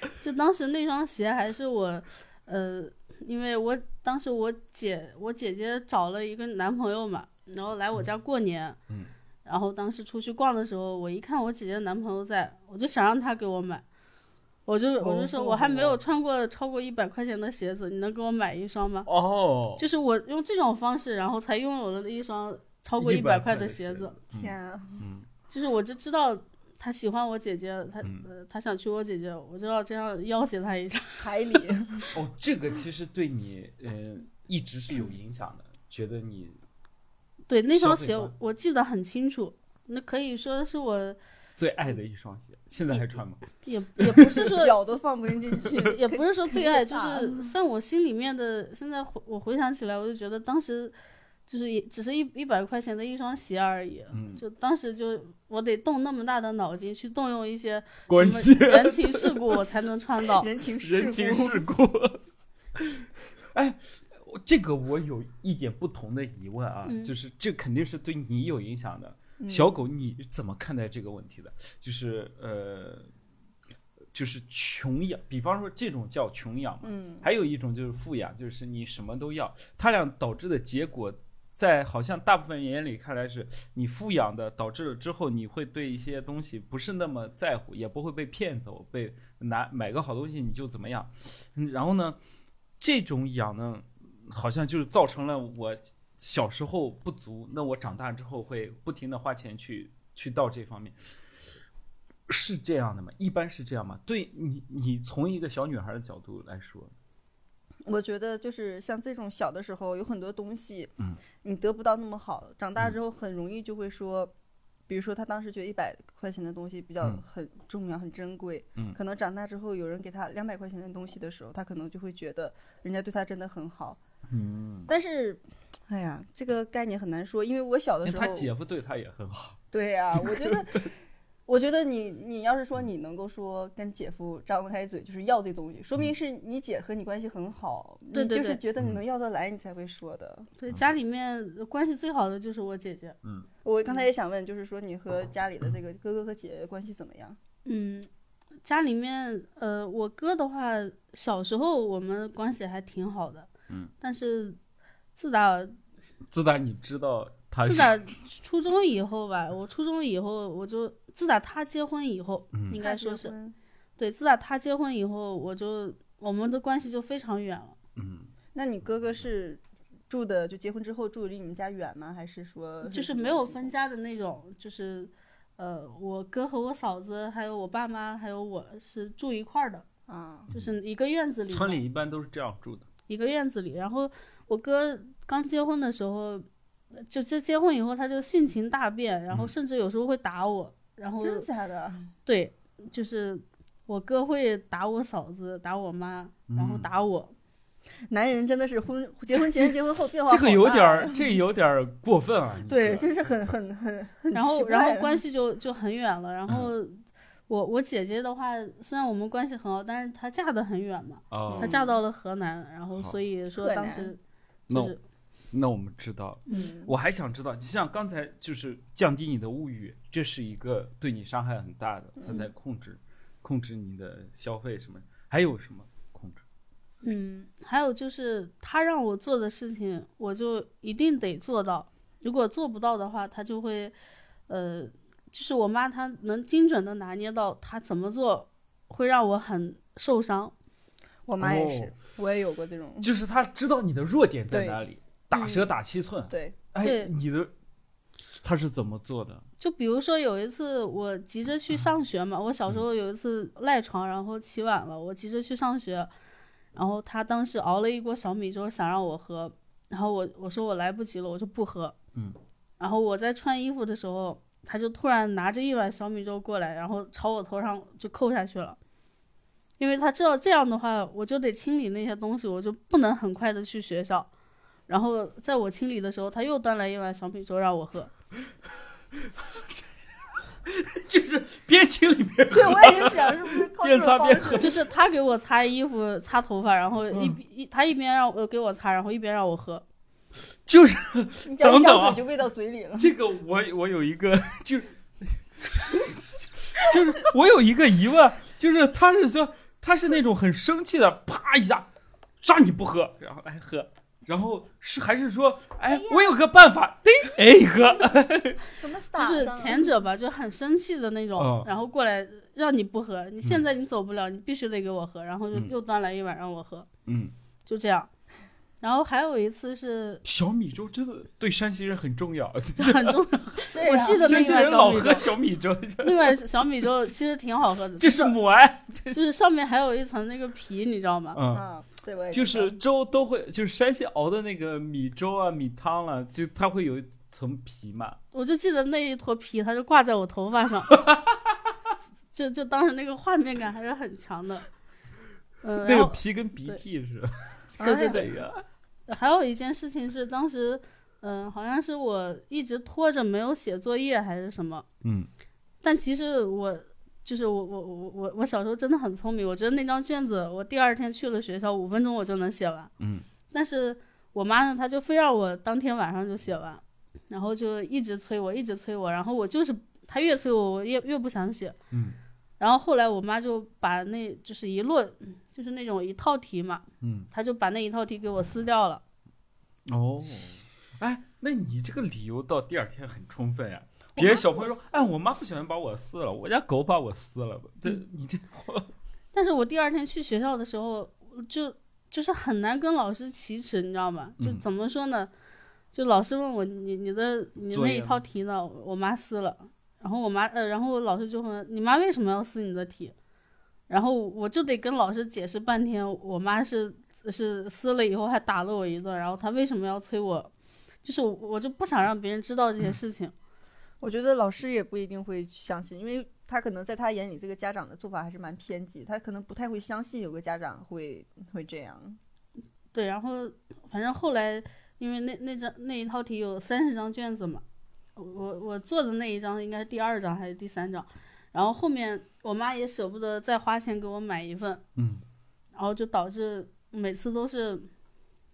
D: 必。
A: 就当时那双鞋还是我，呃，因为我当时我姐我姐姐找了一个男朋友嘛，然后来我家过年，
C: 嗯
A: 然后当时出去逛的时候，我一看我姐姐的男朋友在，我就想让他给我买，我就我就说
C: 哦
A: 我还没有穿过超过一百块钱的鞋子，你能给我买一双吗？
C: 哦，
A: 就是我用这种方式，然后才拥有了一双超过
C: 100
A: 百
C: 块
A: 的
C: 鞋
A: 子，，
D: 天啊，
A: 就是我就知道。他喜欢我姐姐，他、
E: 嗯
A: 呃他想娶我姐姐，我就要这样要挟他一下。
D: 彩礼，
C: 哦，这个其实对你，嗯、一直是有影响的。觉得你
A: 对，那双
C: 消费
A: 鞋
C: 观
A: 我记得很清楚，那可以说是我
C: 最爱的一双鞋，现在还穿吗？
A: 也也不是说，
D: 脚都放不进去，
A: 也不是说最爱，就
D: 肯定
A: 是像我心里面的，现在回我回想起来，我就觉得当时就是也只是一一百块钱的一双鞋而已。
C: 嗯，
A: 就当时就我得动那么大的脑筋去动用一些什
C: 关
A: 么
C: 系
A: 人情世故，我才能穿 到。
D: 人情世
C: 人情
D: 故。
C: 世故。哎，我这个我有一点不同的疑问啊，
A: 嗯
C: 就是这肯定是对你有影响的。
D: 嗯
C: 小狗，你怎么看待这个问题的？就是呃，就是穷养，比方说这种叫穷养嘛，
D: 嗯，
C: 还有一种就是富养，就是你什么都要，它俩导致的结果。在好像大部分人眼里看来是你富养的，导致了之后你会对一些东西不是那么在乎，也不会被骗走，被拿买个好东西你就怎么样。嗯然后呢，这种养呢，好像就是造成了我小时候不足，那我长大之后会不停的花钱去去到这方面，是这样的吗？一般是这样吗？对你，你从一个小女孩的角度来说，
D: 我觉得就是像这种小的时候有很多东西，
C: 嗯
D: 你得不到那么好，长大之后很容易就会说，比如说他当时觉得一百块钱的东西比较
C: 嗯
D: 很重要、很珍贵，
C: 嗯
D: 可能长大之后有人给他两百块钱的东西的时候，他可能就会觉得人家对他真的很好，
C: 嗯，
D: 但是。哎呀，这个概念很难说，因为我小的时候，
C: 他姐夫对他也很好，
D: 对呀、我 觉得，我觉得你你要是说你能够说跟姐夫张得开嘴，就是要这东西，说明是你姐和你关系很好，
A: 嗯对对
D: 你就是
A: 对
D: 觉得你
C: 嗯
D: 能要得来，你才会说的。
A: 对，家里面关系最好的就是我姐姐。
D: 我刚
A: 嗯
D: 才也想问，就是说你和家里的这个哥哥和姐姐关系怎么样？
A: 嗯，家里面呃，我哥的话，小时候我们关系还挺好的，
C: 嗯，
A: 但是自打
C: 自打你知道 他
A: 自打初中以后吧，我初中以后我就自打他结婚以后，
C: 嗯
A: 应
D: 应
A: 该说是对，自打他结婚以后，我就我们的关系就非常远了。
C: 嗯，
D: 那你哥哥是住的就结婚之后住的离你们家远吗？还是说
A: 呃就是没有分？家的那种，就是，呃，我哥和我嫂子，还有我爸妈，还有我是住一块儿的，
D: 啊？
A: 就是一个院子里嘛。
C: 嗯村里一般都是这样住的，
A: 一个院子里。然后我哥刚结婚的时候，就这结婚以后他就性情大变，然后
C: 嗯
A: 甚至有时候会打我，然后
D: 真假的？
A: 对，就是我哥会打我嫂子，打我妈，然后
C: 嗯
A: 打我。
D: 男人真的是婚结婚前结婚后变化
C: 这个
D: 好
C: 有
D: 大
C: 点
D: 呀
C: 儿，这个有点 儿过分啊，你
D: 对，
C: 哥
D: 真是很很很 很
A: 然
D: 奇
A: 后
D: 怪
A: 然
D: 啊
A: 后关系就就很远了。然后
C: 嗯
A: 我我姐姐的话，虽然我们关系很好，但是她嫁得很远嘛，
C: 哦
A: 她
D: 嗯
A: 嫁到了河南，然后
C: 好
A: 所以说
D: 河
A: 当
D: 南
A: 时
C: 那
A: 就
C: 我
A: 是
C: 那我们知道了，
D: 嗯
C: 我还想知道，就像刚才就是降低你的物欲，这是一个对你伤害很大的，他在控制控制你的消费什么，还有什么控制？
A: 嗯，还有就是他让我做的事情，我就一定得做到。如果做不到的话，他就会，呃，就是我妈她能精准的拿捏到她怎么做会让我很受伤。
D: 我妈也是，
C: 哦
D: 我也有过这种。
C: 就是他知道你的弱点在哪里，打蛇打七寸。
D: 对，
C: 哎，
A: 对
C: 你的他是怎么做的？
A: 就比如说有一次我急着去上学嘛，我小时候有一次赖床，然后起晚了，我急着去上学，然后他当时熬了一锅小米粥，想让我喝，然后我我说我来不及了，我说不喝。
E: 嗯。
A: 然后我在穿衣服的时候，他就突然拿着一碗小米粥过来，然后朝我头上就扣下去了。因为他知道这样的话，我就得清理那些东西，我就不能很快的去学校。然后在我清理的时候，他又端来一碗小米粥让我喝。
C: 就是边清里边
D: 对，我也是想，是不是靠这
C: 边
D: 种
C: 擦
D: 方
C: 边
D: 式？
C: 喝。
A: 就是他给我擦衣服、擦头发，然后一、
C: 嗯
A: 一他一边让我给我擦，然后一边让我喝。
C: 就是
D: 你这样
C: 等等
D: 一张
C: 啊
D: 嘴就喂到嘴里了。
C: 这个我我有一个就是就是我有一个疑问，就是他是说他是那种很生气的，啪一下让你不喝，然后哎喝，然后是还是说哎我有个办法，对，哎喝，
D: 怎么撒
A: 就
D: 的
A: 是前者吧，就很生气的那种，
C: 嗯
A: 然后过来让你不喝，你现在你走不了，你必须得给我喝，然后就
E: 嗯
A: 又端来一碗让我喝，
E: 嗯，
A: 就这样。然后还有一次是
C: 小米粥真的对山西人很重要，
A: 就很重要，
D: 对啊
A: 我
D: 呀
A: 记得
C: 山
A: 那
C: 西
A: 碗
C: 人
A: 小
C: 老
A: 米
C: 喝
A: 粥，
C: 小米粥，
A: 那碗小米粥其实挺好喝的，
C: 这是母爱，
A: 就是上面还有一层那个皮，你知道吗？
C: 嗯。
D: 啊，对，我也
C: 就
D: 知道
C: 是粥都会，就是山西熬的那个米粥啊、米汤啊，就它会有一层皮嘛。
A: 我就记得那一坨皮，它就挂在我头发 上，就就当时那个画面感还是很强的。嗯，
C: 那
A: 然
C: 个
A: 后
C: 皮跟鼻涕似的，
D: 啊
A: 对对对，
C: 对呀，
A: 还有一件事情是当时，嗯、好像是我一直拖着没有写作业还是什么，
E: 嗯，
A: 但其实我就是我我我我我小时候真的很聪明，我觉得那张卷子我第二天去了学校五分钟我就能写完，
E: 嗯，
A: 但是我妈呢，她就非让我当天晚上就写完，然后就一直催我，一直催我，然后我就是她越催我，我越越不想写，
E: 嗯，
A: 然后后来我妈就把那就是一摞就是那种一套题嘛，
E: 嗯，
A: 她就把那一套题给我撕掉了。
C: 哦，哎，那你这个理由到第二天很充分呀、别的小朋友说，哎，我妈不喜欢把我撕了，我家狗把我撕了，这
A: 嗯
C: 你 这
A: 但是我第二天去学校的时候，就就是很难跟老师启齿，你知道吗？就
E: 嗯
A: 怎么说呢？就老师问我你你的你
C: 作
A: 那
C: 业
A: 一
C: 呢
A: 套题呢？我妈撕了，然后我妈呃，然后老师就问你妈为什么要撕你的题？然后我就得跟老师解释半天，我妈是是撕了以后还打了我一顿，然后她为什么要催我？就是我我就不想让别人知道这
C: 嗯
A: 些事情。
D: 我觉得老师也不一定会相信，因为他可能在他眼里，这个家长的做法还是蛮偏激，他可能不太会相信有个家长会会这样。
A: 对，然后反正后来因为那那张那一套题有三十张卷子嘛，我我做的那一张应该是第二张还是第三张，然后后面我妈也舍不得再花钱给我买一份，
E: 嗯，
A: 然后就导致每次都是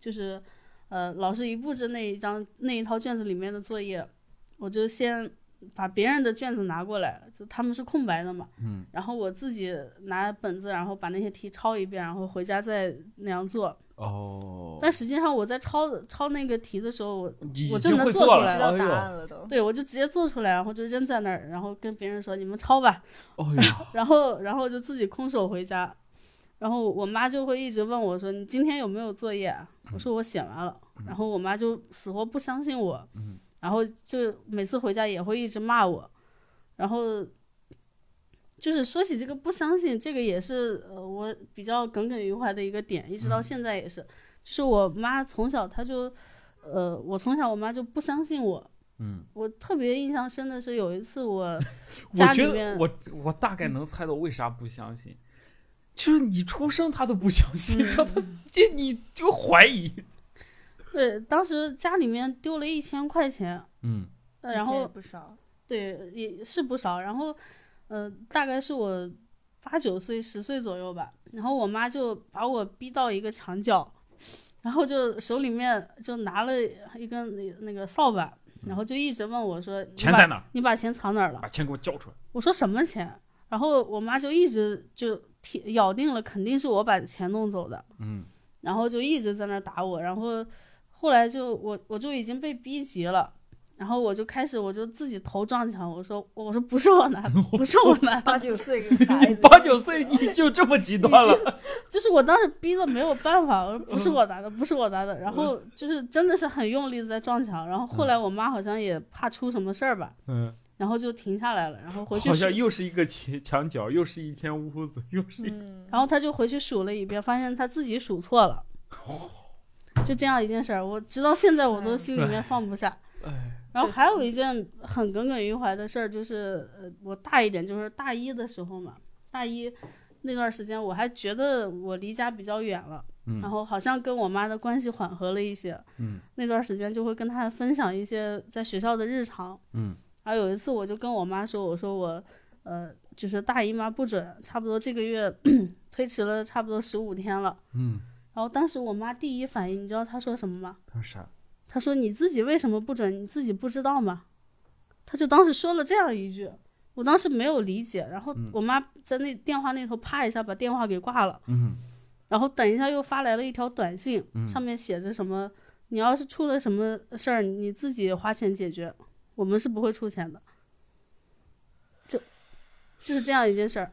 A: 就是呃老师一布置那一张那一套卷子里面的作业，我就先把别人的卷子拿过来，就他们是空白的嘛，
E: 嗯，
A: 然后我自己拿本子，然后把那些题抄一遍，然后回家再那样做。
E: 哦，
A: 但实际上我在抄抄那个题的时候，我
C: 你已
A: 我就
C: 经
A: 能
C: 会
A: 做
C: 做
A: 出
D: 知
A: 来
C: 了，
D: 道
C: 哎
D: 答
C: 呦，
D: 案了都，
A: 对我就直接做出来，然后就扔在那儿，然后跟别人说你们抄吧，
E: 哦 呀，
A: 然后然后就自己空手回家，然后我妈就会一直问我说你今天有没有作业啊？我说我写完了，
C: 嗯
A: 然后我妈就死活不相信我，
E: 嗯
A: 然后就每次回家也会一直骂我，然后。就是说起这个不相信，这个也是呃我比较耿耿于怀的一个点，一直
C: 嗯
A: 到现在也是。就是我妈从小她就，呃，我从小我妈就不相信我。
E: 嗯
A: 我特别印象深的是有一次我
C: 哎我
A: 家
C: 觉
A: 里
C: 得
A: 面
C: 我我大概能猜到为啥不相信，就是你出生他都不相信，他他
A: 嗯
C: 这你就怀疑，
A: 对，当时家里面丢了一千块钱，
E: 嗯
A: 呃、然
D: 以前也
A: 后
D: 不少，
A: 对也是不少，然后呃大概是我八九岁十岁左右吧，然后我妈就把我逼到一个墙角，然后就手里面就拿了一根那那个扫把，然后就一直问我说你
C: 嗯钱
A: 把
C: 在哪儿？
A: 你把钱藏哪儿了？
C: 把钱给我交出来。
A: 我说什么钱？然后我妈就一直就铁咬定了，肯定是我把钱弄走的，
E: 嗯
A: 然后就一直在那儿打我，然后后来就我我就已经被逼急了。然后我就开始，我就自己头撞墙，我说我说不是我拿的，不是我拿的，
D: 八 九岁给孩子，
C: 八九岁 你就这么极端了？
A: 就是我当时逼的没有办法，我说不是我拿的，不是我拿的。然后就是真的是很用力的在撞墙，然后后来我妈好像也怕出什么事儿吧，
C: 嗯，
A: 然后就停下来了，然后回去
C: 好
A: 数
C: 像又是一个墙墙角，又是一间屋子，又是一
D: 嗯，
A: 然后他就回去数了一遍，发现他自己数错了。就这样一件事儿，我直到现在我都心里面放不下。
C: 哎，
A: 然后还有一件很耿耿于怀的事儿，就是呃，我大一点，就是大一的时候嘛，大一那段时间，我还觉得我离家比较远了，
E: 嗯
A: 然后好像跟我妈的关系缓和了一些。
E: 嗯
A: 那段时间就会跟她分享一些在学校的日常，
E: 嗯
A: 然后有一次我就跟我妈说，我说我呃就是大姨妈不准，差不多这个月 推迟了差不多十五天了。
E: 嗯，
A: 然后当时我妈第一反应，你知道她说什么吗？
E: 他啥？
A: 她说你自己为什么不准？你自己不知道吗？她就当时说了这样一句，我当时没有理解。然后
E: 嗯
A: 我妈在那电话那头啪一下把电话给挂了，
E: 嗯
A: 然后等一下又发来了一条短信，
E: 嗯
A: 上面写着什么，你要是出了什么事儿，你自己花钱解决，我们是不会出钱的。就就是这样一件事儿。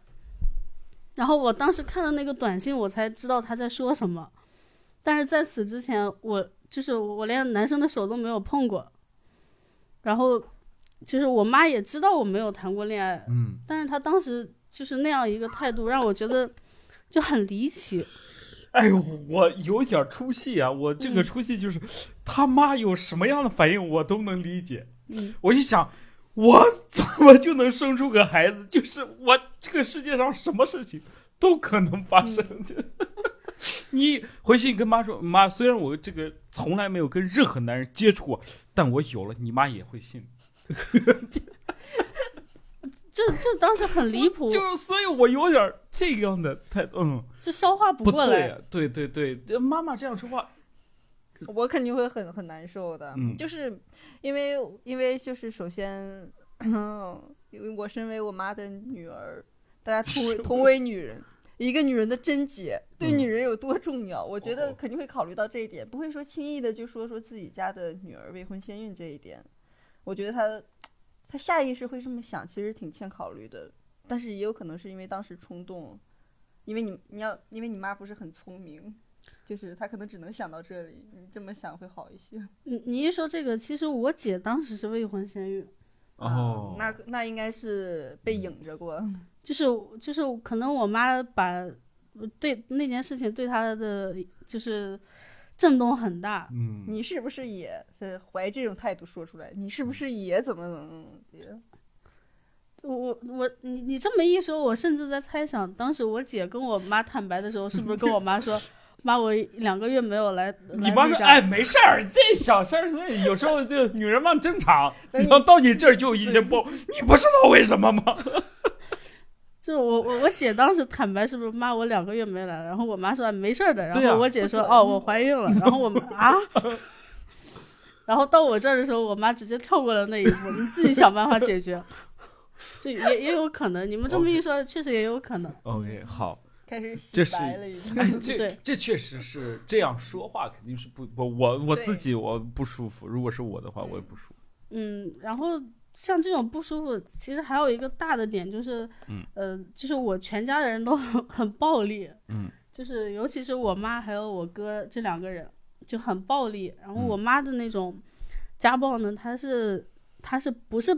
A: 然后我当时看到那个短信，我才知道他在说什么。但是在此之前，我就是我连男生的手都没有碰过。然后就是我妈也知道我没有谈过恋爱，
E: 嗯
A: 但是她当时就是那样一个态度，让我觉得就很离奇。
C: 哎呦，我有点出戏啊！我这个
A: 嗯
C: 出戏就是，他妈有什么样的反应我都能理解。
A: 嗯，
C: 我就想，我怎么就能生出个孩子？就是我这个世界上什么事情都可能发生。 你回去你跟妈说，妈，虽然我这个从来没有跟任何男人接触过，但我有了，你妈也会信。
A: 就就当时很离谱，
C: 就是，所以我有点这样的态度，嗯，
A: 就消化不
C: 不
A: 过
C: 对
A: 来。
C: 啊，对对对，这妈妈这样说话，
D: 我肯定会很很难受的，
C: 嗯
D: 就是因为因为就是首先，因为我身为我妈的女儿，大家 同为同为女人，一个女人的贞洁对
C: 嗯
D: 女人有多重要，我觉
C: 哦
D: 得肯定会考虑到这一点，不会说轻易的就说说自己家的女儿未婚先孕这一点，我觉得她她下意识会这么想，其实挺欠考虑的，但是也有可能是因为当时冲动，因为你你要因为你妈不是很聪明，就是她可能只能想到这里，你这么想会好一些。
A: 你你一说这个，其实我姐当时是未婚先孕，
D: 啊
C: 哦
D: 那那应该是被
C: 嗯
D: 影着过。
A: 就是就是可能我妈把呃对那件事情对她的就是震动很大，
C: 嗯，
D: 你是不是也呃怀这种态度说出来？你是不是也怎么怎么的？
A: 我我我你你这么一说，我甚至在猜想，当时我姐跟我妈坦白的时候，是不是跟我妈 说，妈我两个月没有来，
C: 你
A: 来
C: 妈
A: 例
C: 说，
A: 假
C: 哎，没事儿，这小事儿，所以有时候这女人嘛正 常。
D: 等
C: 然
D: 你
C: 后到你这儿就有一些包，你不知道为什么吗？
A: 就是我我我姐当时坦白是不是妈我两个月没来，然后我妈说哎没事儿的，然
C: 对啊
A: 后我姐说、
D: 不准
A: 哦我怀孕了，然后我妈啊，然后到我这儿的时候，我妈直接跳过了那一步，你自己想办法解决。 就也也有可能，你们这么一说，确实也有可能。
C: OK，好，
D: 开始洗
C: 这是
D: 白了已经。
C: 哎，
A: 对
C: 这这确实是这样说话肯定是不不我我
D: 对
C: 自己我不舒服，如果是我的话我也不舒服。
A: 嗯，然后像这种不舒服，其实还有一个大的点就是，
E: 嗯
A: 呃，就是我全家人都 很很暴力，
E: 嗯，
A: 就是尤其是我妈还有我哥这两个人就很暴力。然后
E: 嗯
A: 我妈的那种家暴呢，她是她是不是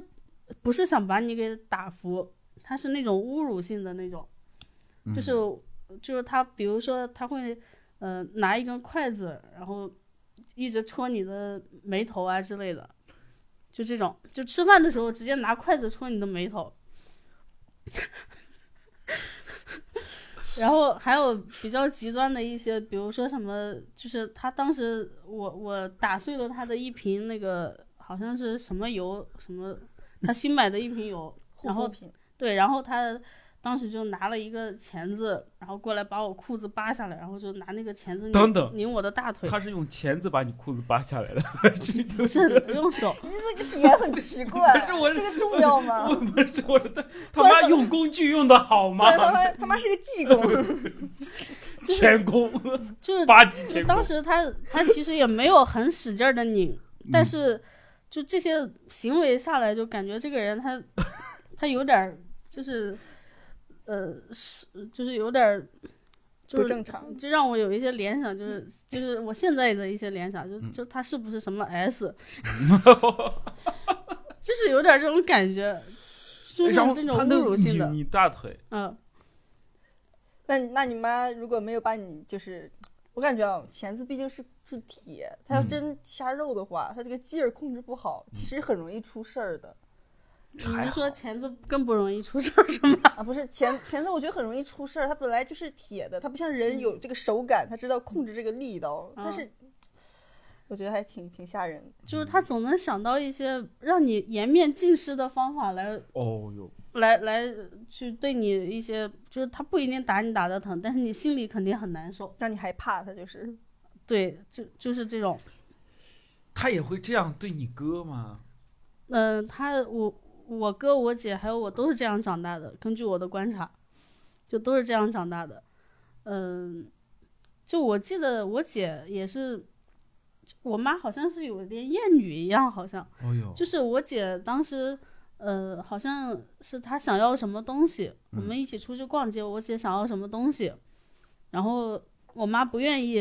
A: 不是想把你给打服，她是那种侮辱性的那种，就是、就是她，比如说她会呃拿一根筷子，然后一直戳你的眉头啊之类的，就这种，就吃饭的时候直接拿筷子戳你的眉头。 然后还有比较极端的一些，比如说什么，就是他当时我我打碎了他的一瓶那个好像是什么油什么，他新买的一瓶油，然后
D: 护肤品
A: 对，然后他当时就拿了一个钳子，然后过来把我裤子扒下来，然后就拿那个钳子拧
C: 等等
A: 拧我的大腿，
C: 他是用钳子把你裤子扒下来的， 这
A: 不
C: 不
A: 是不用手，
D: 你这个点很奇 怪，
C: 不是我是
D: 这个重要吗？
C: 不是我的他妈用工具用的好吗
D: 不？然他妈他妈是个技工，
C: 钳工
A: 就是
C: 八级
A: 就
C: 钳工
A: 当，时他他其实也没有很使劲的拧，但是就这些行为下来，就感觉这个人他他有点儿就是呃，是就是有点儿就
D: 不
A: 是
D: 正常。
A: 就让我有一些联想，就是就是
C: 嗯
A: 我现在的一些联想，就就他是不是什么 S，就是有点这种感觉，就是
C: 哎然后
A: 那种
C: 他
A: 侮辱
C: 能
A: 性
C: 拧
A: 的，
C: 你大腿，
A: 嗯，
D: 那那你妈如果没有把你就是，我感觉啊，钳子毕竟是是铁，它要
E: 嗯
D: 真掐肉的话，它这个劲儿控制不好，其实很容易出事儿的
A: 你
C: 还
A: 是
C: 好
A: 说钳子更不容易出事儿是吗？
D: 啊。不是钳钳子，我觉得很容易出事儿，它本来就是铁的，它不像人有这个手感，它知道控制这个力道，
A: 嗯
D: 但是我觉得还挺挺吓人的。
A: 就是他总能想到一些让你颜面尽失的方法来
C: 哦哟，
A: 来来去对你一些，就是他不一定打你打的疼，但是你心里肯定很难受。
D: 让你害怕，它就是
A: 对，就就是这种，
C: 他也会这样对你哥吗？
A: 嗯、他我我哥我姐还有我都是这样长大的，根据我的观察，就都是这样长大的。嗯、就我记得我姐也是，我妈好像是有点厌女一样，好像。
C: 哦哟，
A: 就是我姐当时，呃，好像是她想要什么东西，我
C: 嗯
A: 们一起出去逛街，我姐想要什么东西，然后我妈不愿意，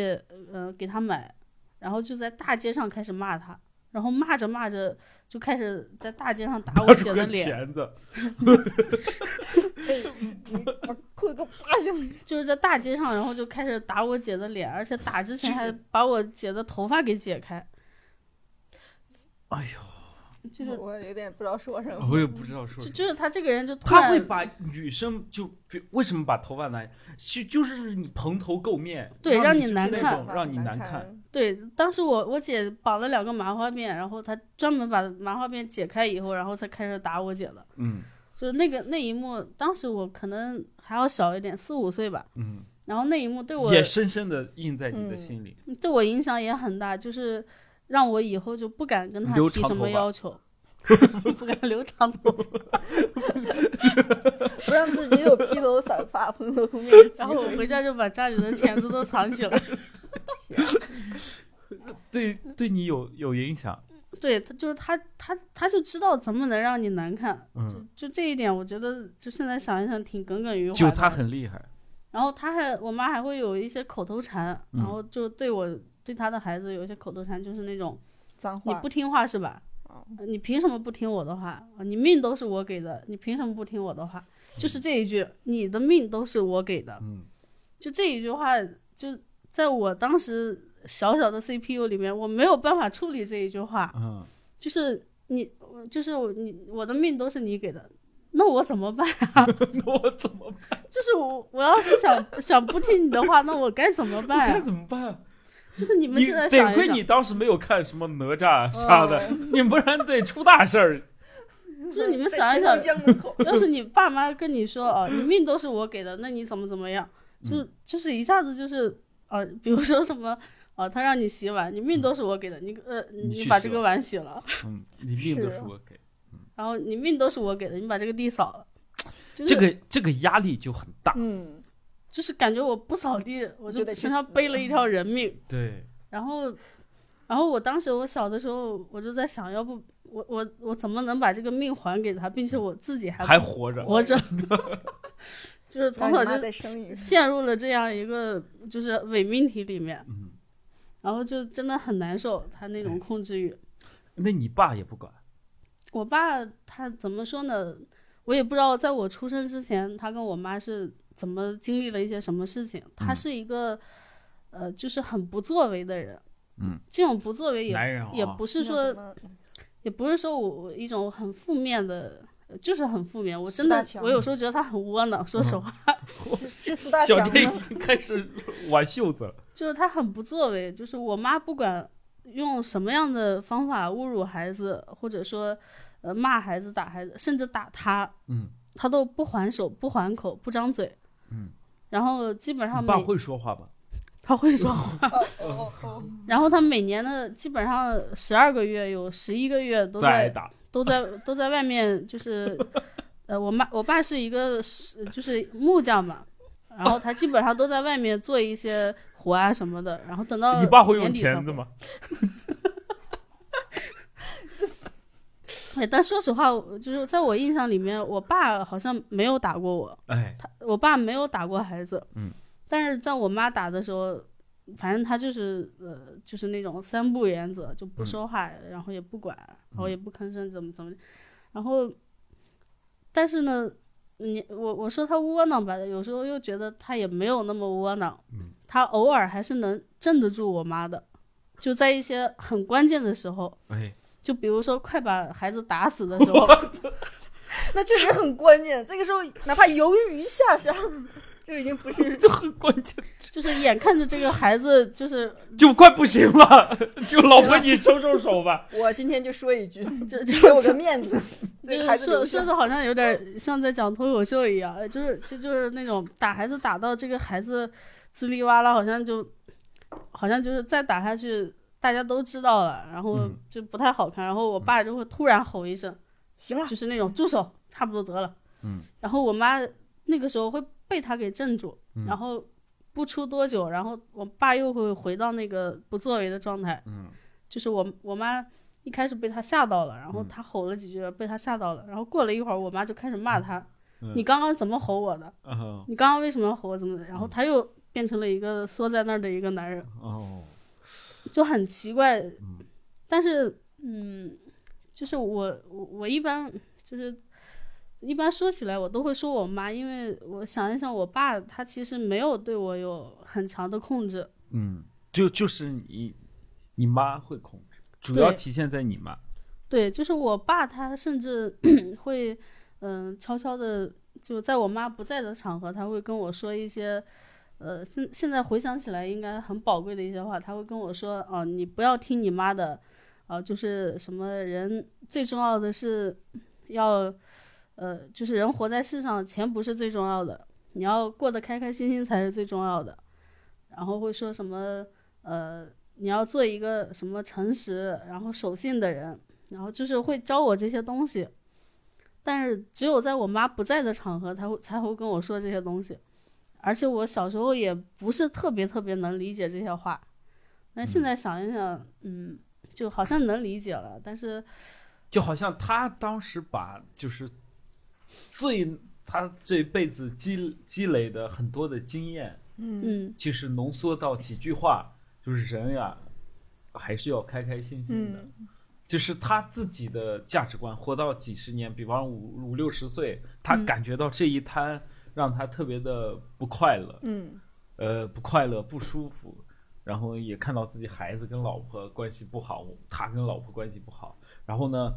A: 呃，给她买，然后就在大街上开始骂她，然后骂着骂着就开始在大街上打我姐的
C: 个
A: 脸，
C: 钳子，
D: 裤子给我扒下来。
A: 就是在大街上，然后就开始打我姐的脸，而且打之前还把我姐的头发给解开，
C: 哎呦，
A: 就是
D: 我有点不知道说什么。
C: 我也不知道说
A: 就
C: 什么。
A: 就是她这个人就突
C: 他
A: 然
C: 会把女生就就为什么把头发拿？是就是你蓬头垢面，
A: 对
C: 让
A: 让
C: 你
A: 你
C: 就是
A: 难
C: 那
A: 看
C: 种让你难看。
D: 看。
A: 对，当时我我姐绑了两个麻花辫，然后她专门把麻花辫解开以后，然后才开始打我姐的。
C: 嗯
A: 就是那个那一幕，当时我可能还要小一点，四五岁吧。
C: 嗯，
A: 然后那一幕对我嗯
C: 也深深的印在你的心里。
A: 对我影响也很大，就是让我以后就不敢跟她
C: 留
A: 提
C: 长
A: 什
C: 头
A: 么
C: 发
A: 要 求，不敢留长头发。
D: 不让自己有披头散发、 蓬头垢面的机
A: 然后我回
D: 会。
A: 家就把家里的钳子都藏起来。
C: 对，对你有有影响。
A: 对她就是她她她就知道怎么能让你难看，
C: 嗯，
A: 就这一点，我觉得就现在想一想挺耿耿于怀的。
C: 就他很 厉害。
A: 然后他还，我妈还会有一些口头禅，
C: 嗯
A: 然后就对我对他的孩子有一些口头禅，就是那种
D: 脏话。
A: 你不听话是吧？呃
D: 哦
A: 你凭什么不听我的话？呃你命都是我给的，你凭什么不听我的话？就是这一句，你的命都是我给的，
C: 嗯，
A: 就这一句话，就在我当时小小的 CPU 里面，我没有办法处理这一句话，
C: 嗯，
A: 就是你，就是我你我的命都是你给的，那我怎么办？
C: 那我怎么办？
A: 就是我我要是想想不听你的话，那我该怎么办呀、
C: 该怎么办？
A: 就是哎你们
C: 你
A: 现在想哦
C: 得亏
A: 一
C: 你
A: 想，
C: 当时没有看什么哪吒啥的， 你不然得出大事儿。
A: 就是你们想一想
D: 在秦，皇江门口，
A: 要是你爸妈跟你说哦，你命都是我给的，那你怎么怎么样？
C: 嗯
A: 就就是一下子就是呃，比如说什么 哦，他让你洗碗，你命都是我给的，你呃
C: 嗯你去
A: 把
C: 洗
A: 这个碗洗了，
C: 嗯，你命都
D: 是
C: 是我给。
A: 然后你命都是我给的，你把这个地扫了，就是
C: 这个这个压力就很大。
D: 嗯，
A: 就是感觉我不扫地，我
D: 就得去
A: 身上
D: 死
A: 背了一条人命。
C: 对，
A: 然后，然后我当时我小的时候，我就在想，要不我我我怎么能把这个命还给他，并且我自己还
C: 还活着。
A: 活着， 就是从小
D: 让你妈
A: 就
D: 再生一个，
A: 陷入了这样一个就是伪命题里面，
C: 嗯，哎
A: 然后就真的很难受，他那种控制欲。
C: 那你爸也不管。
A: 我爸他怎么说呢？我也不知道，在我出生之前，他跟我妈是怎么经历了一些什么事情。他
C: 嗯
A: 是一个，呃，就是很不作为的人。
C: 嗯，
A: 这种不作为也
C: 男人啊
A: 也不是
D: 那
A: 说
D: 什么
A: 也不是说我我一种很负面的，呃就是很负面。我
D: 四
A: 真
D: 大
A: 的，
D: 强
A: 我有时候觉得他很窝囊。说
C: 嗯
A: 实话，
D: 是四大
C: 小
D: 强
C: 天
D: 吗
C: 已？经 开始挽袖子了。
A: 就是他很不作为。就是我妈不管用什么样的方法侮辱孩子，或者说呃骂孩子、打孩子，甚至打他，
C: 嗯，
A: 他都不还手、不还口、不张嘴。
C: 嗯，
A: 然后基本上
C: 你爸
A: 每
C: 会说话吧？
A: 他会说，
D: 哦哦哦，
A: 然后他每年的基本上十二个月有十一个月都
C: 再
A: 在
C: 打，
A: 都 在都在外面，就是，呃，我妈我爸是一个是就是木匠嘛，然后他基本上都在外面做一些活啊什么的，然后等到
C: 你爸会用
A: 年底才
C: 钳子吗？
A: 回？哎但说实话，我就是在我印象里面，我爸好像没有打过我，
C: 哎，
A: 他我爸没有打过孩子，
C: 嗯，
A: 但是在我妈打的时候，反正他就是呃，就是那种三不原则，就
C: 嗯
A: 不说话，然后也不管，然后也不吭声，怎么怎么，然后，但是呢，你我我说他窝囊吧，有时候又觉得他也没有那么窝囊，
C: 嗯
A: 他偶尔还是能镇得住我妈的，就在一些很关键的时候，
C: 哎，
A: 就比如说快把孩子打死的时候，
D: 那确实很关键。这个时候，哪怕犹豫一下下，就已经 不是
C: 这很关键，
A: 就是眼看着这个孩子 就是
C: 就快不行了，就老婆你收收手 吧。
D: 我今天就说一句，
A: 就
D: 给
A: 就
D: 我个面子，这
A: 就
D: 个
A: 是
D: 孩子留
A: 说
D: 下
A: 说的好像有点像在讲脱口秀一样，呃就是就就是那种打孩子打到这个孩子叽里哇啦，好像就好像就是再打下去大家都知道了，然后
C: 嗯
A: 就不太好看，然后我爸就会突然吼一声，
D: 行了，
A: 就是那种住手，差不多得了，
C: 嗯，
A: 然后我妈那个时候会被他给镇住，
C: 嗯
A: 然后不出多久，然后我爸又会回到那个不作为的状态，
C: 嗯
A: 就是我我妈一开始被他吓到了，然后
C: 嗯
A: 他吼了几句，被他吓到了，然后过了一会儿，我妈就开始骂他：“
C: 嗯
A: 你刚刚怎么吼我的？
C: 嗯
A: 你刚刚为什么要吼我？怎么的？”然后他又变成了一个缩在那儿的一个男人，
C: 哦，
A: 就很奇怪。
C: 嗯
A: 但是，嗯，就是我我我一般就是一般说起来，我都会说我妈，因为我想一想，我爸他其实没有对我有很强的控制，
C: 嗯，就就是你，你妈会控制，主
A: 对
C: 要体现在你妈。
A: 对，就是我爸他甚至 会，嗯、悄悄的就在我妈不在的场合，他会跟我说一些，呃，现现在回想起来应该很宝贵的一些话，他会跟我说，哦、你不要听你妈的，啊、就是什么人最重要的是要，呃，就是人活在世上，钱不是最重要的，你要过得开开心心才是最重要的，然后会说什么，呃。你要做一个什么诚实，然后守信的人，然后就是会教我这些东西，但是只有在我妈不在的场合，她会才会跟我说这些东西。而且我小时候也不是特别特别能理解这些话，但现在想一想，嗯，就好像能理解了。但是，
C: 就好像他当时把就是最他这辈子积积累的很多的经验，
D: 嗯
A: 嗯，
C: 就是浓缩到几句话，就是人呀、还是要开开心心的。
D: 嗯
C: 就是他自己的价值观，活到几十年，比方五五六十岁，他
A: 嗯
C: 感觉到这一摊让他特别的不快乐，
D: 嗯
C: 呃，不快乐、不舒服，然后也看到自己孩子跟老婆关系不好，他跟老婆关系不好，然后呢，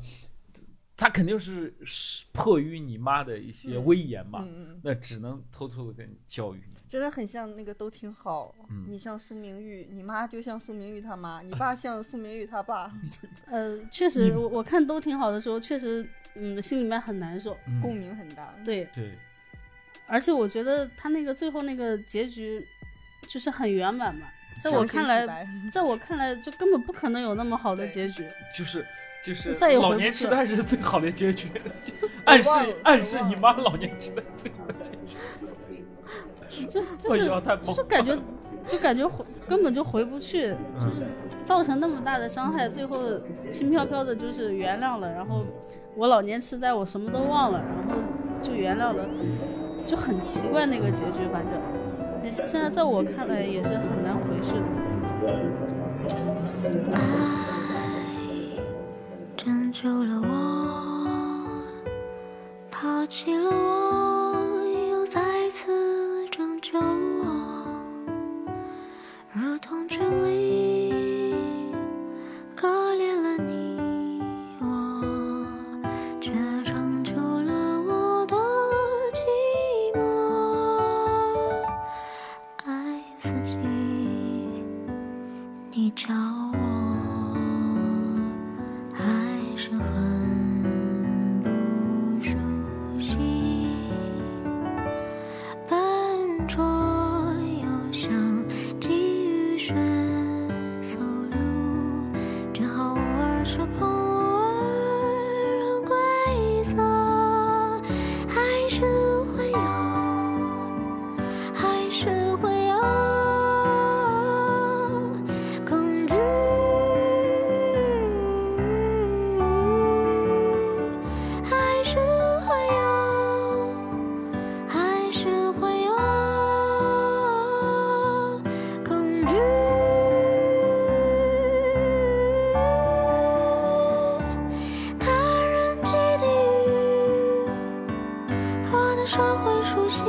C: 他肯定是是迫于你妈的一些威严嘛，
D: 嗯，
C: 那只能偷偷的跟你教育你。
D: 真的很像那个都挺好。
C: 嗯
D: 你像苏明玉，你妈就像苏明玉他妈，你爸像苏明玉他爸，
A: 呃，确实，我我看都挺好的时候，确实，嗯，心里面很难受。
D: 共鸣很大。
A: 对，
C: 对，
A: 而且我觉得他那个最后那个结局，就是很圆满嘛。在我
D: 伤心
A: 看
D: 洗
A: 来，
D: 白，
A: 在我看来，就根本不可能有那么好的
D: 对
A: 结局。
C: 就是就是
A: 再也回不去了
C: 老年痴呆是最好的结局，就暗示
D: 我忘了
C: 暗示你妈老年痴呆最好的结局。
A: 就就
C: 哎
A: 是
C: 呦，太棒
A: 就
C: 了！
A: 感觉就感觉回根本就回不去，
C: 嗯
A: 就是造成那么大的伤害，最后轻飘飘的就是原谅了，然后我老年痴呆，我什么都忘了，然后就原谅了，就很奇怪那个结局，反正也是现在在我看来也是很难回去的。
B: 拯救了我，抛弃了我，又再次拯救我，如同真理割裂了你我，却成就了我的寂寞，爱自己，你教我。还是很不熟悉。熟悉。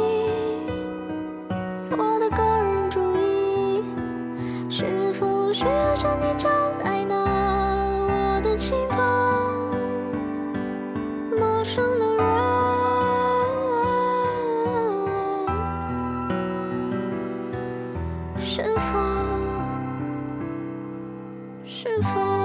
B: 我的个人主义是否需要向你交代呢？我的亲朋，陌生的人。是否？是否？